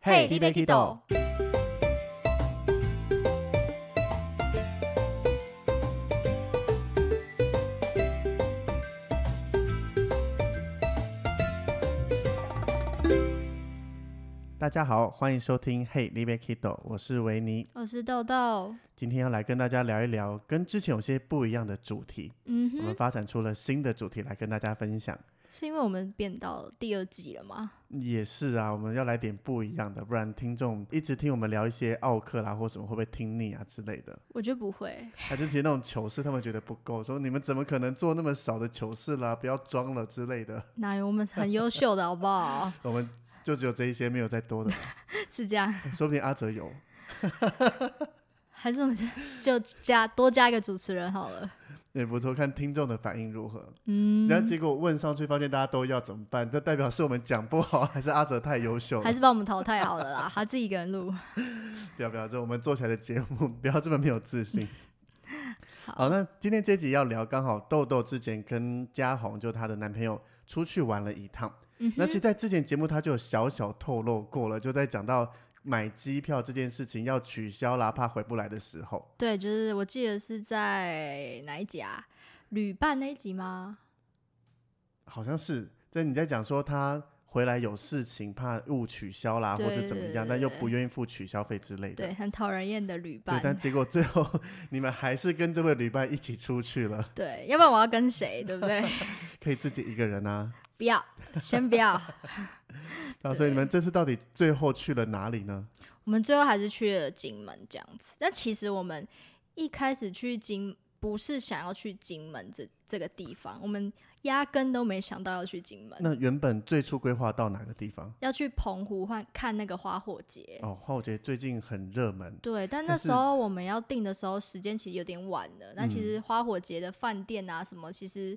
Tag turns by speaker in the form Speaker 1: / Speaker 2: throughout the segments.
Speaker 1: 嘿你要去倒
Speaker 2: 大家好，欢迎收听 Hey l i b e Kido，我是维尼。
Speaker 1: 我是豆豆。
Speaker 2: 今天要来跟大家聊一聊跟之前有些不一样的主题，
Speaker 1: 嗯
Speaker 2: 我们
Speaker 1: 哼，
Speaker 2: 发展出了新的主题来跟大家分享。
Speaker 1: 是因为我们变到第二季了吗？
Speaker 2: 也是啊，我们要来点不一样的，不然听众一直听我们聊一些奥克啦或什么，会不会听腻啊之类的？
Speaker 1: 我觉得不会，
Speaker 2: 还是提那种糗事，他们觉得不够，说你们怎么可能做那么少的糗事啦，不要装了之类的。
Speaker 1: 哪有我们很优秀的好不好？
Speaker 2: 我们就只有这一些，没有再多的，
Speaker 1: 是这样，
Speaker 2: 说不定阿哲有。
Speaker 1: 还是我们就就加多加一个主持人好了？
Speaker 2: 也不错，看听众的反应如何。
Speaker 1: 嗯，
Speaker 2: 然后结果问上去，发现大家都要怎么办？这代表是我们讲不好，还是阿哲太优秀了
Speaker 1: 还？是把我们淘汰好了啦， 他自己一个人录。
Speaker 2: 不要不要，这我们做起来的节目不要这么没有自信。
Speaker 1: 好
Speaker 2: 好，那今天这集要聊，刚好豆豆之前跟嘉宏就她的男朋友出去玩了一趟。
Speaker 1: 嗯
Speaker 2: 那其
Speaker 1: 哼，
Speaker 2: 实，在之前节目她就有小小透露过了，就在讲到买机票这件事情要取消啦，怕回不来的时候。
Speaker 1: 对，就是我记得是在哪一集啊？旅伴那一集吗？
Speaker 2: 好像是在你在讲说他回来有事情，怕误取消啦，
Speaker 1: 对
Speaker 2: 或者怎么样，
Speaker 1: 对
Speaker 2: 但又
Speaker 1: 对
Speaker 2: 不愿意付取消费之类的。
Speaker 1: 对，很讨人厌的旅
Speaker 2: 对，但
Speaker 1: 伴。
Speaker 2: 结果最后你们还是跟这位旅伴一起出去了，
Speaker 1: 对，要不然我要跟谁？对不对？
Speaker 2: 可以自己一个人 啊。
Speaker 1: 不要，先不要。
Speaker 2: 啊，所以你们这次到底最后去了哪里呢？
Speaker 1: 我们最后还是去了金门这样子。但其实我们一开始去金不是想要去金门这这个地方，我们压根都没想到要去金门，
Speaker 2: 那原本最初规划到哪个地方？
Speaker 1: 要去澎湖看看那个花火节。
Speaker 2: 哦，花火节最近很热门，
Speaker 1: 对，但
Speaker 2: 但
Speaker 1: 那
Speaker 2: 是
Speaker 1: 时候我们要订的时候，时间其实有点晚了。那其
Speaker 2: 嗯
Speaker 1: 实花火节的饭店啊什么，其实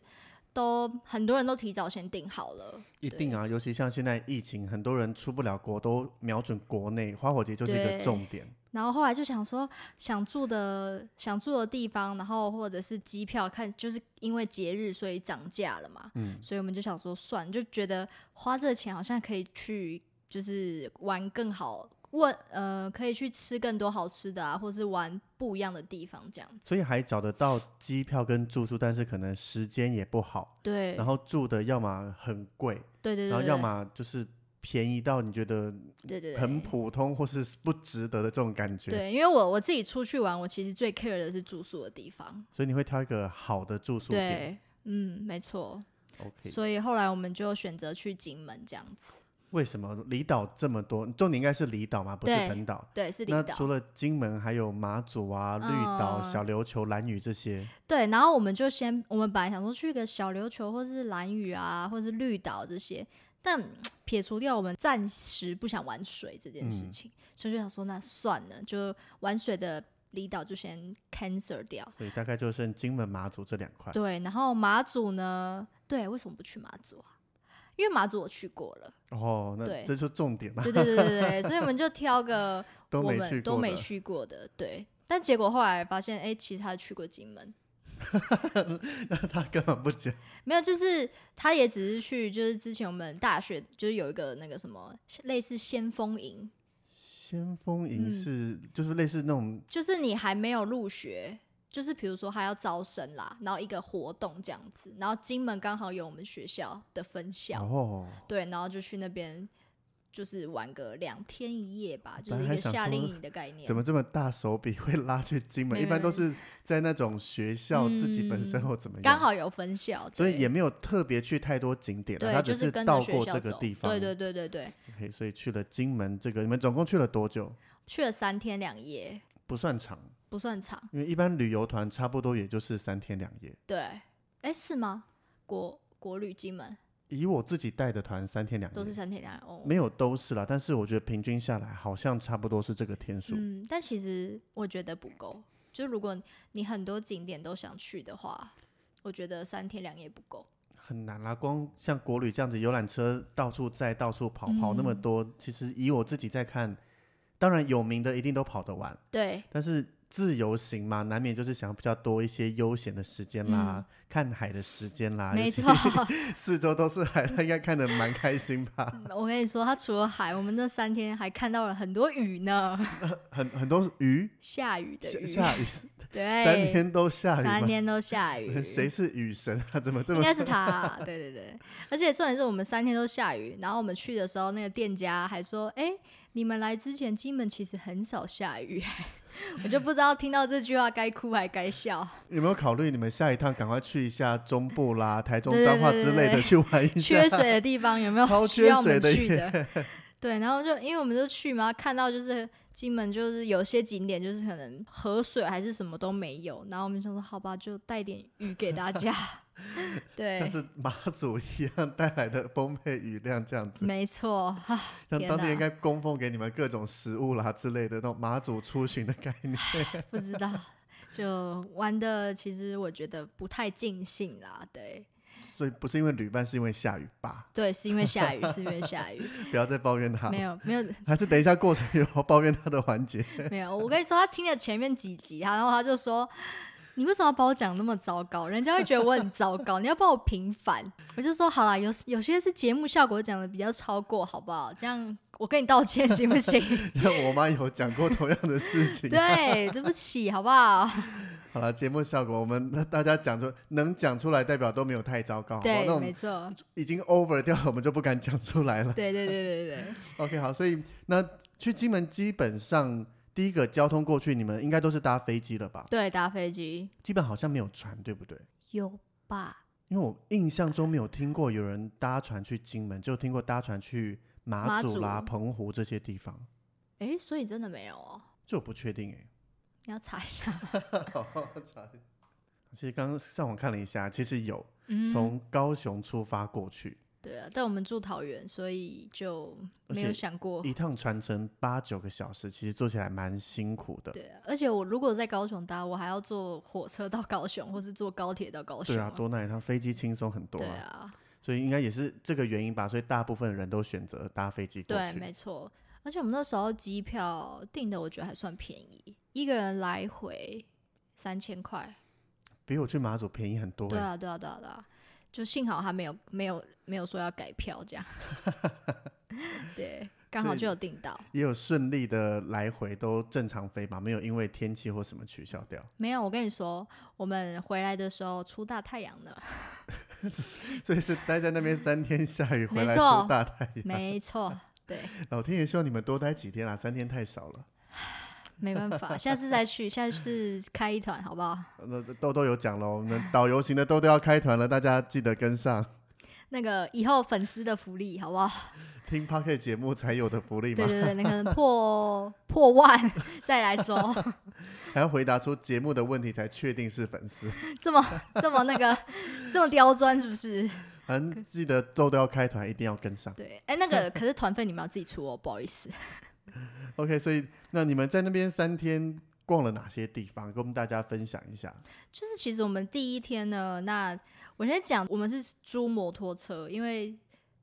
Speaker 1: 都很多人都提早先订好了。
Speaker 2: 一定啊，尤其像现在疫情，很多人出不了国，都瞄准国内，花火节就是一个
Speaker 1: 对
Speaker 2: 重点。
Speaker 1: 然后后来就想说，想住的想住的地方，然后或者是机票，看就是因为节日所以涨价了嘛，
Speaker 2: 嗯
Speaker 1: 所以我们就想说算，就觉得花这钱好像可以去就是玩更好，问呃可以去吃更多好吃的啊，或是玩不一样的地方这样子。
Speaker 2: 所以还找得到机票跟住宿，但是可能时间也不好，
Speaker 1: 对
Speaker 2: 然后住的要么很贵，
Speaker 1: 对对对，
Speaker 2: 然后要
Speaker 1: 对
Speaker 2: 么就是便宜到你觉得
Speaker 1: 对对
Speaker 2: 很普通或是不值得的这种感觉，
Speaker 1: 对，因为我我自己出去玩，我其实最 care 的是住宿的地方。
Speaker 2: 所以你会挑一个好的住宿点。
Speaker 1: 对，嗯，没错。
Speaker 2: OK，
Speaker 1: 所以后来我们就选择去金门这样子。
Speaker 2: 为什么离岛这么多？重点应该是离岛嘛，不是
Speaker 1: 对
Speaker 2: 本岛。
Speaker 1: 对，是离
Speaker 2: 那
Speaker 1: 岛。
Speaker 2: 除了金门，还有马祖啊、绿岛、
Speaker 1: 嗯
Speaker 2: 小琉球、蓝屿这些，
Speaker 1: 对，然后我们就先，我们本来想说去个小琉球或是蓝屿啊，或是绿岛这些，但撇除掉我们暂时不想玩水这件事
Speaker 2: 嗯
Speaker 1: 情，所以就想说那算了，就玩水的离岛就先 cancel 掉。
Speaker 2: 所以大概就剩金门、马祖这两块。
Speaker 1: 对，然后马祖呢？对，为什么不去马祖啊？因为马祖我去过了，
Speaker 2: 哦，那
Speaker 1: 对
Speaker 2: 这就重点了，
Speaker 1: 对对对对对，所以我们就挑个
Speaker 2: 都
Speaker 1: 我
Speaker 2: 没
Speaker 1: 们
Speaker 2: 去
Speaker 1: 都
Speaker 2: 过
Speaker 1: 没
Speaker 2: 的。
Speaker 1: 去过的，对。但结果后来发现，哎、其实他去过金门，
Speaker 2: 他根本不讲。
Speaker 1: 没有，就是他也只是去，就是之前我们大学就是有一个那个什么类似先锋营，
Speaker 2: 先锋营
Speaker 1: 嗯
Speaker 2: 是、就是类似那种
Speaker 1: 就是你还没有入学，就是比如说他要招生啦，然后一个活动这样子，然后金门刚好有我们学校的分校，
Speaker 2: 哦，
Speaker 1: 对，然后就去那边就是玩个两天一夜吧，就
Speaker 2: 本
Speaker 1: 是
Speaker 2: 来还
Speaker 1: 一个
Speaker 2: 想
Speaker 1: 夏
Speaker 2: 说
Speaker 1: 令营的概念
Speaker 2: 怎。么这么大手笔会拉去金门？一
Speaker 1: 没
Speaker 2: 般都
Speaker 1: 人
Speaker 2: 是在那种学校自己本身
Speaker 1: 嗯
Speaker 2: 或怎么样，
Speaker 1: 刚，好有分校，
Speaker 2: 所以
Speaker 1: 对
Speaker 2: 也没有特别去太多景点了，
Speaker 1: 对，
Speaker 2: 他
Speaker 1: 就
Speaker 2: 只
Speaker 1: 是跟着
Speaker 2: 到
Speaker 1: 学
Speaker 2: 过
Speaker 1: 校
Speaker 2: 这个
Speaker 1: 走，
Speaker 2: 地方。
Speaker 1: 对对对对对，
Speaker 2: OK，所以去了金门这个，你们总共去了多久？
Speaker 1: 去了三天两夜，
Speaker 2: 不算长，
Speaker 1: 不算长。
Speaker 2: 因为一般旅游团差不多也就是三天两夜。
Speaker 1: 对，哎，是吗？国国旅金门
Speaker 2: 以我自己带的团，三天两夜
Speaker 1: 都是三天两夜哦。
Speaker 2: 没有都是啦，但是我觉得平均下来好像差不多是这个天数。
Speaker 1: 嗯，但其实我觉得不够。就如果你很多景点都想去的话，我觉得三天两夜不够。
Speaker 2: 很难啦，光像国旅这样子游览车到处载、到处跑，跑那么
Speaker 1: 嗯
Speaker 2: 多，其实以我自己在看，当然有名的一定都跑得完，
Speaker 1: 对，
Speaker 2: 但是自由行嘛，难免就是想要比较多一些悠闲的时间啦，看海的时间啦。
Speaker 1: 嗯没
Speaker 2: 尤其
Speaker 1: 错，
Speaker 2: 四周都是海，他应该看得蛮开心吧？
Speaker 1: 我跟你说，它除了海，我们那三天还看到了很多雨呢，
Speaker 2: 很很多鱼，
Speaker 1: 下雨的
Speaker 2: 下
Speaker 1: 雨，
Speaker 2: 下雨，
Speaker 1: 对，
Speaker 2: 三天都下雨
Speaker 1: 三
Speaker 2: 吗？
Speaker 1: 天都 下雨，
Speaker 2: 谁是雨神啊？怎么这
Speaker 1: 应
Speaker 2: 么
Speaker 1: 该是他、啊对对对。而且重点是我们三天都下雨，然后我们去的时候，那个店家还说：“哎、你们来之前，金门其实很少下雨。” 我就不知道听到这句话该哭还 该笑，
Speaker 2: 有没有考虑你们下一趟赶快去一下中部 啦、台中
Speaker 1: 对对
Speaker 2: 彰化
Speaker 1: 对
Speaker 2: 之
Speaker 1: 对
Speaker 2: 类的
Speaker 1: 对
Speaker 2: 去玩一下
Speaker 1: 缺？水的地方有没
Speaker 2: 超
Speaker 1: 有需
Speaker 2: 缺
Speaker 1: 要我
Speaker 2: 水
Speaker 1: 们
Speaker 2: 的
Speaker 1: 去的？ 对，然后就因为我们就去嘛，看到就是金门就是有些景点就是可能河水还是什么都没有，然后我们就说好吧，就带点雨给大家。 对，
Speaker 2: 像是马祖一样带来的丰沛雨量这样子，
Speaker 1: 没错，
Speaker 2: 像
Speaker 1: 天
Speaker 2: 当地
Speaker 1: 哪
Speaker 2: 应该供奉给你们各种食物啦之类的那种马祖出巡的概念。
Speaker 1: 不知道， 就玩的其实我觉得不太尽兴啦。对，
Speaker 2: 所以不是因为旅伴，是因为下雨吧？
Speaker 1: 对，是因为下雨，是因为 下雨，
Speaker 2: 不要再抱怨他，
Speaker 1: 没有没有
Speaker 2: 还是等一下过程有抱怨他的环节。
Speaker 1: 没有。我跟你说，他听了前面几集，他然后他就说。你为什么要把我讲那么糟糕？人家会觉得我很糟糕。你要帮我平反，我就说好啦，有有些是节目效果讲的比较超过，好不好？这样我跟你道歉 行 不行？
Speaker 2: 像我妈有讲过同样的事情。
Speaker 1: 对，啊对不起，好不好？
Speaker 2: 好了，节目效果我们那大家讲出能讲出来，代表都没有太糟糕，好不好？那
Speaker 1: 对，
Speaker 2: 我
Speaker 1: 没
Speaker 2: 们
Speaker 1: 错，
Speaker 2: 已经 over 掉了，我们就不敢讲出来了。
Speaker 1: 对对对对对。
Speaker 2: OK，好，所以那去金门基本上第一个交通过去，你们应该都是搭飞机了吧？
Speaker 1: 对，搭飞机
Speaker 2: 基本好像没有船，对不对？
Speaker 1: 有吧？
Speaker 2: 因为我印象中没有听过有人搭船去金门，就听过搭船去马
Speaker 1: 马
Speaker 2: 祖啦、
Speaker 1: 祖
Speaker 2: 澎湖这些地方，
Speaker 1: 诶，所以真的没有哦。
Speaker 2: 这我不确定哎、
Speaker 1: 你要查一下。
Speaker 2: 其实刚刚上网看了一下，其实有
Speaker 1: 嗯，
Speaker 2: 从高雄出发过去，
Speaker 1: 对啊，但我们住桃园，所以就没
Speaker 2: 而
Speaker 1: 有
Speaker 2: 且
Speaker 1: 想过。
Speaker 2: 一趟船程八九个小时，其实坐起来蛮辛苦的。
Speaker 1: 对啊，而且我如果在高雄搭，我还要坐火车到高雄，或是坐高铁到高雄。
Speaker 2: 对啊，多那一趟飞机轻松很多
Speaker 1: 对
Speaker 2: 啦、
Speaker 1: 啊，
Speaker 2: 所以应该也是这个原因吧。所以大部分人都选择搭飞机过
Speaker 1: 对，
Speaker 2: 去。
Speaker 1: 没错。而且我们那时候机票订的，我觉得还算便宜，一个人来回三千块。
Speaker 2: 比我去马祖便宜很多、
Speaker 1: 对
Speaker 2: 欸。
Speaker 1: 啊，对啊，对啊，对啊。就幸好他没有没有没有说要改票这样。 对，刚好
Speaker 2: 所以
Speaker 1: 就有订到。
Speaker 2: 欸也有顺利的来回都正常飞嘛，没有因为天气或什么取消掉，
Speaker 1: 没有，我跟你说，我们回来的时候出大太阳了。
Speaker 2: 所以是待在那边三天下雨回来
Speaker 1: 没错
Speaker 2: 出大太阳。
Speaker 1: 没错，对，
Speaker 2: 老天爷希望你们多待几天啦，三天太少了。
Speaker 1: 没办法，下次再去，下次开一团好不好？
Speaker 2: 那豆豆有讲了，我们导游型的豆豆要开团了，大家记得跟上，
Speaker 1: 那个以后粉丝的福利好不好？
Speaker 2: 听 p o c k e t 节目才有的福利
Speaker 1: 对
Speaker 2: 嘛，
Speaker 1: 对对，那个破破万再来说，
Speaker 2: 还要回答出节目的问题才确定是粉丝。
Speaker 1: 这么这么那个这么刁钻是不是？
Speaker 2: 反正记得豆豆要开团，一定要跟上。
Speaker 1: 对，哎，那个可是团费你们要自己出哦，不好意思。
Speaker 2: OK，所以那你们在那边三天逛了哪些地方，跟我们大家分享一下？
Speaker 1: 就是其实我们第一天呢，那我先讲，我们是租摩托车，因为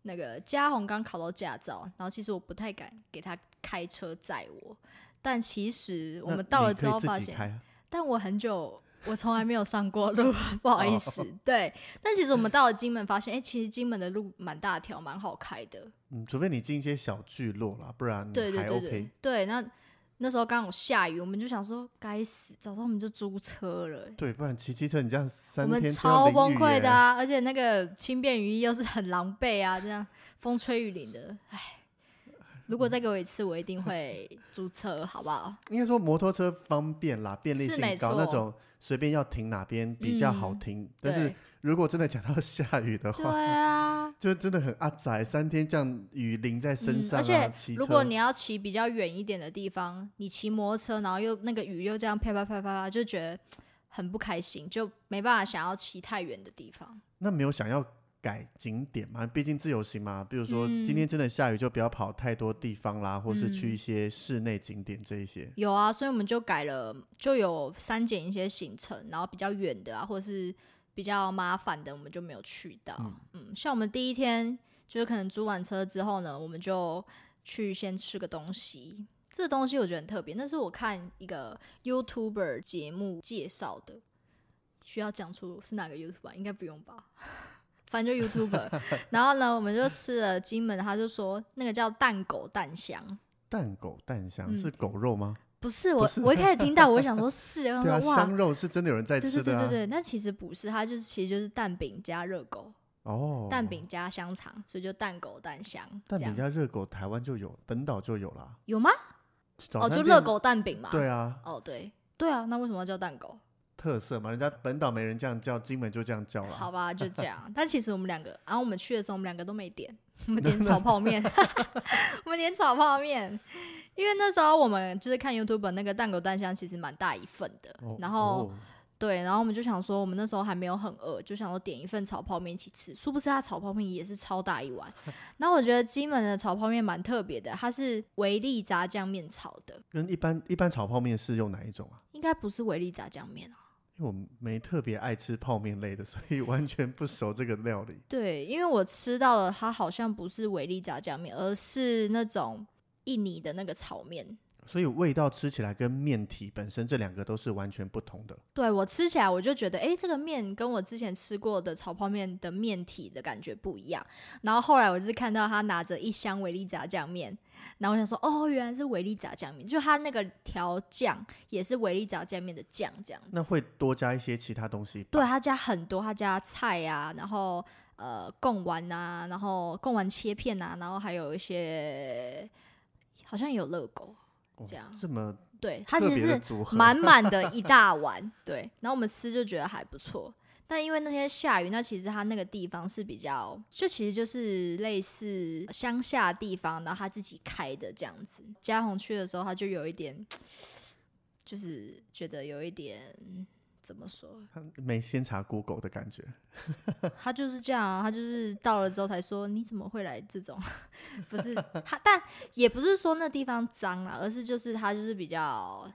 Speaker 1: 那个嘉宏刚考到驾照，然后其实我不太敢给他开车载我，但其实我
Speaker 2: 那
Speaker 1: 们到了
Speaker 2: 你可
Speaker 1: 之
Speaker 2: 以
Speaker 1: 后
Speaker 2: 自
Speaker 1: 发
Speaker 2: 己
Speaker 1: 现，
Speaker 2: 开啊
Speaker 1: 但我很久我从来没有上过路，不好意
Speaker 2: 哦
Speaker 1: 思，对。但其实我们到了金门，发现哎、诶其实金门的路蛮大条，蛮好开的，
Speaker 2: 嗯，除非你进一些小聚落啦，不然
Speaker 1: 对
Speaker 2: 嗯
Speaker 1: 对
Speaker 2: 还
Speaker 1: 对
Speaker 2: OK。
Speaker 1: 对、对。那那时候刚好下雨，我们就想说该死，早上我们就租车了、
Speaker 2: 对不然骑机车你这样
Speaker 1: 我
Speaker 2: 三天
Speaker 1: 们
Speaker 2: 都要
Speaker 1: 超
Speaker 2: 淋
Speaker 1: 崩
Speaker 2: 雨
Speaker 1: 溃
Speaker 2: 耶
Speaker 1: 的、啊，而且那个轻便雨衣又是很狼狈啊，这样风吹雨淋的，唉。如果再给我一次，我一定会 租车，好不好？
Speaker 2: 应该说摩托车方便啦，便利
Speaker 1: 是
Speaker 2: 性
Speaker 1: 没
Speaker 2: 高，那
Speaker 1: 错
Speaker 2: 种随便要停哪边比较好
Speaker 1: 嗯
Speaker 2: 停。但是
Speaker 1: 对
Speaker 2: 如果真的讲到下雨的
Speaker 1: 对
Speaker 2: 话，
Speaker 1: 啊，
Speaker 2: 就真的很阿宅，三天这样雨淋在身
Speaker 1: 嗯，
Speaker 2: 上、啊
Speaker 1: 而且
Speaker 2: 骑车
Speaker 1: 如果你要骑比较远一点的地方，你骑摩托车，然后又那个雨又这样啪啪啪啪啪，就觉得很不开心，就没办法想要骑太远的地方。
Speaker 2: 那没有想要改景点嘛，毕竟自由行嘛，比如说今
Speaker 1: 嗯
Speaker 2: 天真的下雨就不要跑太多地方啦，或是去
Speaker 1: 嗯
Speaker 2: 一些室内景点这一些。
Speaker 1: 有啊，所以我们就改了，就有删减一些行程，然后比较远的啊，或是比较麻烦的，我们就没有去到。
Speaker 2: 嗯
Speaker 1: 嗯像我们第一天就是可能租完车之后呢，我们就去先吃个东西，这东西我觉得很特别，那是我看一个 YouTuber 节目介绍的，需要讲出是哪个 YouTuber，应该不用吧？反正就 YouTuber。然后呢，我们就吃了金门，他就说那个叫蛋狗蛋香，
Speaker 2: 蛋狗蛋香、
Speaker 1: 嗯
Speaker 2: 是狗肉吗？
Speaker 1: 不是我，我一开始听到我就 想说是，我
Speaker 2: 对啊，
Speaker 1: 想说嗯哇，
Speaker 2: 香肉是真的有人在
Speaker 1: 对
Speaker 2: 吃
Speaker 1: 对对
Speaker 2: 的啊。
Speaker 1: 对对，但其实不是，它就是其实就是蛋饼加热狗，
Speaker 2: 哦，
Speaker 1: 蛋饼加香肠，所以就蛋狗蛋香这
Speaker 2: 蛋
Speaker 1: 样
Speaker 2: 饼。加热狗，台湾就有，本岛就有啦。
Speaker 1: 有吗？
Speaker 2: 早
Speaker 1: 哦，
Speaker 2: 餐
Speaker 1: 就
Speaker 2: 店
Speaker 1: 热。狗蛋饼嘛。
Speaker 2: 对啊，
Speaker 1: 哦，对对啊，那为什么要叫蛋狗？
Speaker 2: 特色嘛，人家本岛没人这样叫，金门就这样叫啦。
Speaker 1: 好吧，就 这样。但其实我们两个，然、后我们去的时候，我们两个都没点，我们点炒泡面， 我们点炒泡面，因为那时候我们就是看 YouTube 那个蛋狗蛋香，其实蛮大一份的。
Speaker 2: 哦，
Speaker 1: 然后、
Speaker 2: 哦
Speaker 1: 对，然后我们就想说，我们那时候还没有很饿，就想说点一份炒泡面一起吃。殊不知它炒泡面也是超大一 碗。然后我觉得金门的炒泡面蛮特别的，它是维力炸酱面炒的，
Speaker 2: 跟一般一般炒泡面是用哪一种啊？
Speaker 1: 应该不是维力炸酱面啊。
Speaker 2: 因为我没特别爱吃泡面类的，所以完全不熟这个料理。
Speaker 1: 对，因为我吃到了，它好像不是维力炸酱面，而是那种印尼的那个炒面。
Speaker 2: 所以味道吃起来跟面体本身这两个都是完全不同的。
Speaker 1: 对我吃起来，我就觉得，诶，这个面跟我之前吃过的炒泡面的面体的感觉不一样。然后后来我就是看到他拿着一箱维力炸酱面，然后我想说，哦，原来是维力炸酱面，就他那个调酱也是维力炸酱面的酱这样
Speaker 2: 那
Speaker 1: 子。
Speaker 2: 会多加一些其他东西吧？
Speaker 1: 对他加很多，他加菜啊，然后呃贡丸啊，然后贡丸切片啊，然后还有一些好像也有热狗，
Speaker 2: 哦
Speaker 1: 这样
Speaker 2: 这么
Speaker 1: 对，它
Speaker 2: 特
Speaker 1: 其
Speaker 2: 别
Speaker 1: 实
Speaker 2: 的
Speaker 1: 是
Speaker 2: 组合，
Speaker 1: 满满的一大碗，对。然后我们吃就觉得还不错，但因为那天下雨，那其实它那个地方是比较，就其实就是类似乡下地方，然后他自己开的这样子。嘉宏去的时候，他就有一点，就是觉得有一点怎么说，
Speaker 2: 没先查 Google 的感觉。
Speaker 1: 他就是这样啊，他就是到了之后才说你怎么会来这种， 不是他，但也不是说那地方脏啦，而是就是他就是比较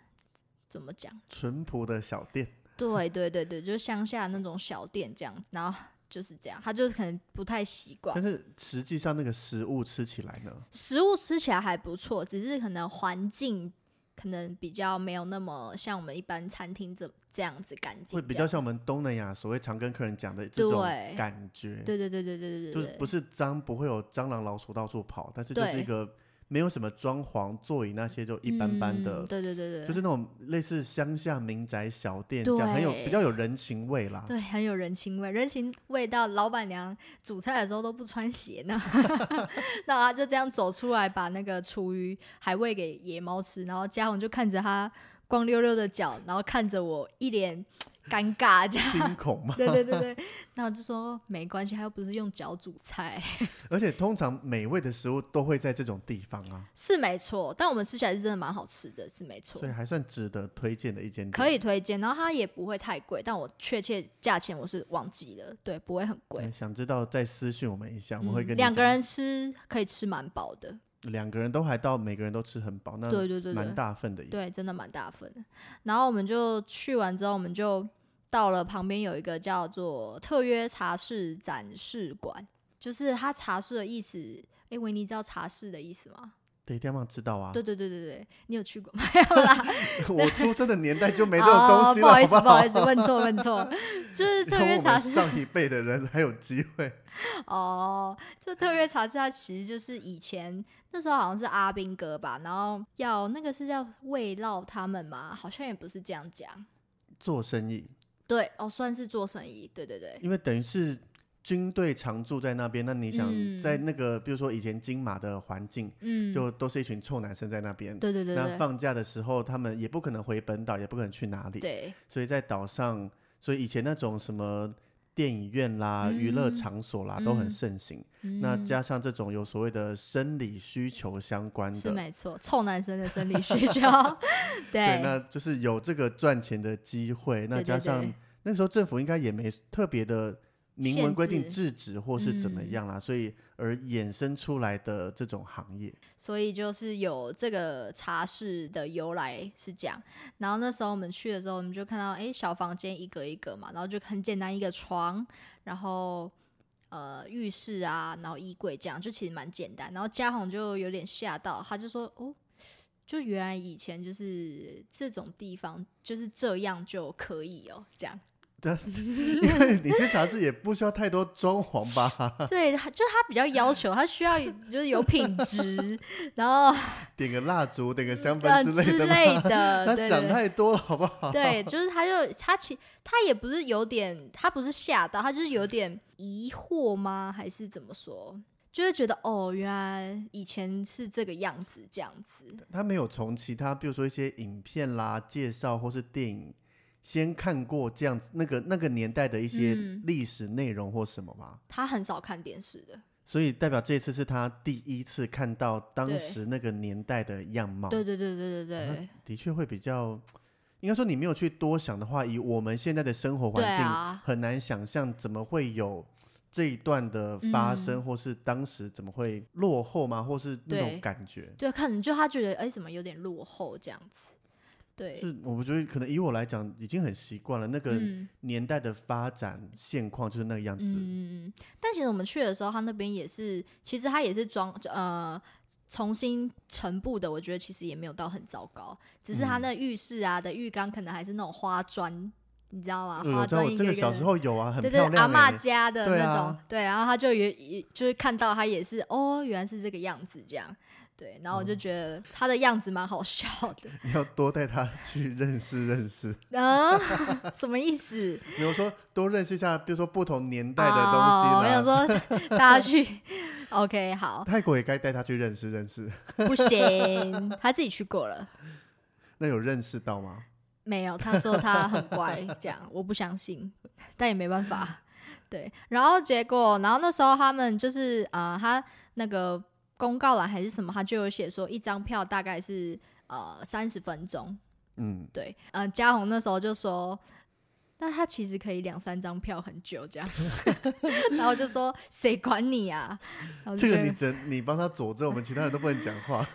Speaker 1: 怎么讲。
Speaker 2: 淳朴的小店，
Speaker 1: 对对对对，就是乡下那种小店这样，然后就是这样，他就可能不太习惯
Speaker 2: 但。是实际上那个食物吃起来呢，
Speaker 1: 食物吃起来还不错，只是可能环境可能比较没有那么像我们一般餐厅这这样子干净这
Speaker 2: 会
Speaker 1: 样，
Speaker 2: 比较像我们东南亚所谓常跟客人讲的这种
Speaker 1: 对
Speaker 2: 感觉，
Speaker 1: 对。对对对对
Speaker 2: 就
Speaker 1: 对对
Speaker 2: 是
Speaker 1: 对，
Speaker 2: 不是脏，不会有蟑螂、老鼠到处跑，但是就是
Speaker 1: 对
Speaker 2: 一个没有什么装潢、座椅那些就一般般的，
Speaker 1: 嗯对对对对，
Speaker 2: 就是那种类似乡下民宅小店，这样很有比较有人情味啦。
Speaker 1: 对很有人情味，人情味到老板娘煮菜的时候都不穿鞋呢， 那他就这样走出来，把那个厨余还喂给野猫吃，然后嘉宏就看着他光溜溜的脚，然后看着我一脸 尴尬这样。
Speaker 2: 惊恐嘛，
Speaker 1: 对对对对，那我就说没关系，他又不是用脚煮菜，
Speaker 2: 而且通常美味的食物都会在这种地方啊，
Speaker 1: 是没错，但我们吃起来是真的蛮好吃的，是没错
Speaker 2: 所，以还算值得推荐的一间店。
Speaker 1: 可以推荐。然后它也不会太贵，但我确切价钱我是忘记了，对，不会很贵
Speaker 2: 嗯。想知道再私讯我们一下，我们会
Speaker 1: 嗯
Speaker 2: 跟你
Speaker 1: 两个
Speaker 2: 讲
Speaker 1: 人吃可以吃蛮饱的，
Speaker 2: 两个人都还到每个人都吃很饱，那
Speaker 1: 对对对对
Speaker 2: 蛮大份的一个。
Speaker 1: 对，真的蛮大份的。然后我们就去完之后，我们就到了旁边有一个叫做特约茶室展示馆，就是它茶室的意思。诶，维尼知道茶室的意思吗？
Speaker 2: 对，对方知道啊
Speaker 1: 对，对对对对，你有去过吗？没有啦，
Speaker 2: 我出生的年代就没这种东西
Speaker 1: 哦。不
Speaker 2: 了，
Speaker 1: 好意思，
Speaker 2: 好
Speaker 1: 不好意
Speaker 2: 好？
Speaker 1: 思，问错问错， 就是特
Speaker 2: 让
Speaker 1: 约
Speaker 2: 我
Speaker 1: 茶
Speaker 2: 们
Speaker 1: 室
Speaker 2: 上一辈的人还有机会。
Speaker 1: 哦，就特约茶室，它其实就是以前那时候好像是阿兵哥吧，然后要那个是叫慰劳他们嘛，好像也不是这样讲。
Speaker 2: 做生意，
Speaker 1: 对，哦，算是做生意，对对对，
Speaker 2: 因为等于是军队常住在那边，那你想
Speaker 1: 嗯
Speaker 2: 在那个，比如说以前金马的环境，
Speaker 1: 嗯，
Speaker 2: 就都是一群臭男生在那边。
Speaker 1: 对对对
Speaker 2: 那
Speaker 1: 对
Speaker 2: 放假的时候，他们也不可能回本岛，也不可能去哪里，
Speaker 1: 对，
Speaker 2: 所以在岛上，所以以前那种什么电影院啦、娱乐
Speaker 1: 嗯
Speaker 2: 场所啦都很
Speaker 1: 嗯
Speaker 2: 盛行。
Speaker 1: 嗯
Speaker 2: 那加上这种有所谓的生理需求相关
Speaker 1: 嗯是
Speaker 2: 的，
Speaker 1: 没错，臭男生的生理需求，
Speaker 2: 对，
Speaker 1: 对
Speaker 2: 那就是有这个赚钱的机会。那
Speaker 1: 对对
Speaker 2: 加上
Speaker 1: 对
Speaker 2: 那时候政府应该也没特别的明文
Speaker 1: 限
Speaker 2: 规定制
Speaker 1: 制
Speaker 2: 止或是怎么
Speaker 1: 嗯
Speaker 2: 样啦，所以而衍生出来的这种行 业，
Speaker 1: 所以就是有这个茶室的由来是这样。然后那时候我们去的时候，我们就看到诶小房间一个一个嘛，然后就很简单一个床，然后呃浴室啊，然后衣柜这样，就其实蛮简单。然后嘉宏就有点吓到，他就说哦。就原来以前就是这种地方就是这样就可以哦、这样。
Speaker 2: 因为你去茶室也不需要太多装潢吧，
Speaker 1: 对，他就他比较要求，他需要就是有品质，然后
Speaker 2: 点个蜡烛，点个香氛之
Speaker 1: 嗯
Speaker 2: 类
Speaker 1: 呃之
Speaker 2: 的
Speaker 1: 类
Speaker 2: 吗？
Speaker 1: 的，
Speaker 2: 他
Speaker 1: 对
Speaker 2: 想
Speaker 1: 对
Speaker 2: 太多了，好 不好？
Speaker 1: 对，就是他就他其他也不是有点，他不是吓到，他就是有点疑惑吗？还是怎么说？就会觉得哦，原来以前是这个样子，这样子。
Speaker 2: 他没有从其他，比如说一些影片啦、介绍或是电影，先看过这样子那个那个年代的一些
Speaker 1: 嗯
Speaker 2: 历史内容或什么吗？
Speaker 1: 他很少看电视的，
Speaker 2: 所以代表这次是他第一次看到当
Speaker 1: 对
Speaker 2: 时那个年代的样貌，
Speaker 1: 对对对对对
Speaker 2: 嗯
Speaker 1: 对，
Speaker 2: 的确会比较。应该说你没有去多想的话，以我们现在的生活环
Speaker 1: 对
Speaker 2: 境，
Speaker 1: 啊
Speaker 2: 很难想象怎么会有这一段的
Speaker 1: 嗯
Speaker 2: 发生，或是当时怎么会落后吗？或是那种
Speaker 1: 对
Speaker 2: 感觉。
Speaker 1: 就可能就他觉得哎、怎么有点落后这样子，对，
Speaker 2: 是，我觉得可能以我来讲，已经很习惯了那个
Speaker 1: 嗯
Speaker 2: 年代的发展现况就是那个样子。
Speaker 1: 嗯，但其实我们去的时候，他那边也是，其实他也是装呃重新陈布的，我觉得其实也没有到很糟糕，只是他
Speaker 2: 嗯
Speaker 1: 那浴室啊的浴缸可能还是那种花砖，你知道吗？
Speaker 2: 呃对
Speaker 1: 花
Speaker 2: 我知道
Speaker 1: 砖
Speaker 2: 我
Speaker 1: 一
Speaker 2: 这
Speaker 1: 个
Speaker 2: 个
Speaker 1: 一个
Speaker 2: 小时
Speaker 1: 的。
Speaker 2: 候有啊，很
Speaker 1: 对对，
Speaker 2: 漂
Speaker 1: 阿
Speaker 2: 亮、
Speaker 1: 嬷
Speaker 2: 欸。
Speaker 1: 家的
Speaker 2: 对
Speaker 1: 那
Speaker 2: 啊
Speaker 1: 种，对然后他就也也就是看到他也是哦，原来是这个样子这样，对，然后我就觉得他的样子蛮好笑的，
Speaker 2: 你要多带她去认识认识。
Speaker 1: 嗯， 什么意思？
Speaker 2: 比如说多认识一下，比如说不同年代的东西
Speaker 1: 哦，我
Speaker 2: 啦。
Speaker 1: 想说 大家去，OK，好，
Speaker 2: 泰国也该带她去认识认识。
Speaker 1: 不行，他自己去过了，
Speaker 2: 那有认识到吗？
Speaker 1: 没有，他说他很乖，这样我不相信，但也没办法。对，然后结果，然后那时候他们就是呃，他那个公告栏还是什么，他就有写说一张票大概是呃三十分钟。
Speaker 2: 嗯，
Speaker 1: 对，嗯、呃，嘉宏那时候就说。那他其实可以两三张票很久这样， 然后我就说谁管你啊？然后我就
Speaker 2: 这个
Speaker 1: 觉得
Speaker 2: 你真你帮她佐证，我们其他人都不能讲话，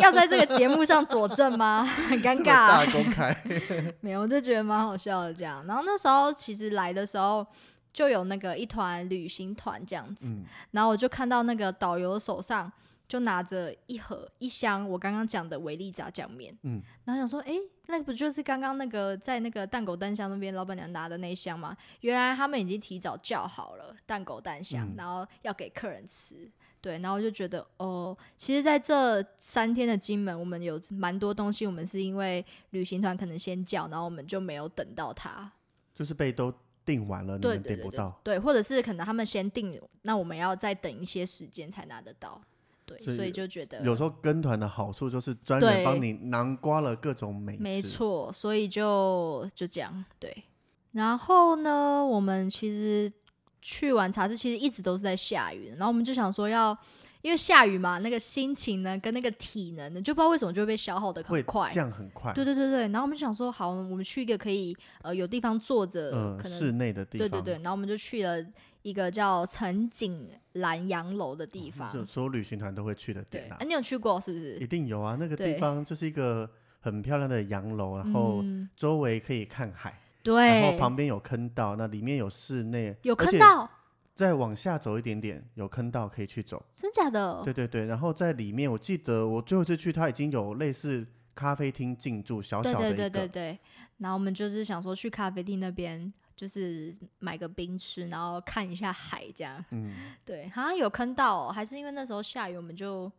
Speaker 1: 要在这个节目上佐证吗？很尴
Speaker 2: 这么
Speaker 1: 尬、啊。
Speaker 2: 大公开。
Speaker 1: 没有，我就觉得蛮好笑的这样。然后那时候其实来的时候就有那个一团旅行团这样子，
Speaker 2: 嗯，
Speaker 1: 然后我就看到那个导游手上就拿着一盒一箱我刚刚讲的维力炸酱面，
Speaker 2: 嗯，
Speaker 1: 然后想说，诶，那不就是刚刚那个在那个蛋狗蛋箱那边老板娘拿的那一箱吗？原来他们已经提早叫好了蛋狗蛋箱，
Speaker 2: 嗯
Speaker 1: 然后要给客人吃。对，然后我就觉得哦，其实在这三天的金门，我们有蛮多东西，我们是因为旅行团可能先叫，然后我们就没有等到他，
Speaker 2: 就是被都订完了，你
Speaker 1: 对
Speaker 2: 们
Speaker 1: 对
Speaker 2: 订
Speaker 1: 对
Speaker 2: 不
Speaker 1: 对
Speaker 2: 到，，
Speaker 1: 对，或者是可能他们先订，那我们要再等一些时间才拿得到，对，
Speaker 2: 所以
Speaker 1: 所以就觉得
Speaker 2: 有时候跟团的好处就是专人
Speaker 1: 对
Speaker 2: 帮你囊括了各种美食。
Speaker 1: 没错，所以就就这样对。然后呢，我们其实去完茶室，其实一直都是在下雨的，然后我们就想说要。因为下雨嘛，那个心情呢，跟那个体能呢，就不知道为什么就会被消耗的
Speaker 2: 会
Speaker 1: 很快。
Speaker 2: 降很快。
Speaker 1: 对对对对，然后我们就想说，好，我们去一个可以呃有地方坐着，
Speaker 2: 嗯，
Speaker 1: 可能
Speaker 2: 室内的地
Speaker 1: 对
Speaker 2: 方，
Speaker 1: 对对，，然后我们就去了一个叫陈景兰洋楼的地方。
Speaker 2: 哦就所有旅行团都会去的
Speaker 1: 对，
Speaker 2: 点
Speaker 1: 啊
Speaker 2: 啊，，
Speaker 1: 你有去过是不是嗯
Speaker 2: 一？定有啊。那个地
Speaker 1: 对
Speaker 2: 方就是一个很漂亮的洋楼，然后
Speaker 1: 嗯、
Speaker 2: 周围可以看海，然后
Speaker 1: 对，
Speaker 2: 旁边有坑道，那里面有室内，
Speaker 1: 有
Speaker 2: 而
Speaker 1: 看
Speaker 2: 且
Speaker 1: 到，
Speaker 2: 再往下走一点点，有坑道可以去走。
Speaker 1: 真假的？
Speaker 2: 对对对，然后在里面，我记得我最后一次去，它已经有类似咖啡厅进驻，小
Speaker 1: 对
Speaker 2: 小的
Speaker 1: 对
Speaker 2: 一个，
Speaker 1: 对对对，然后我们就是想说去咖啡厅那边，就是买个冰吃，然后看一下海这样。
Speaker 2: 嗯，
Speaker 1: 对，好像有坑到、哦，还是因为那时候下雨，我们就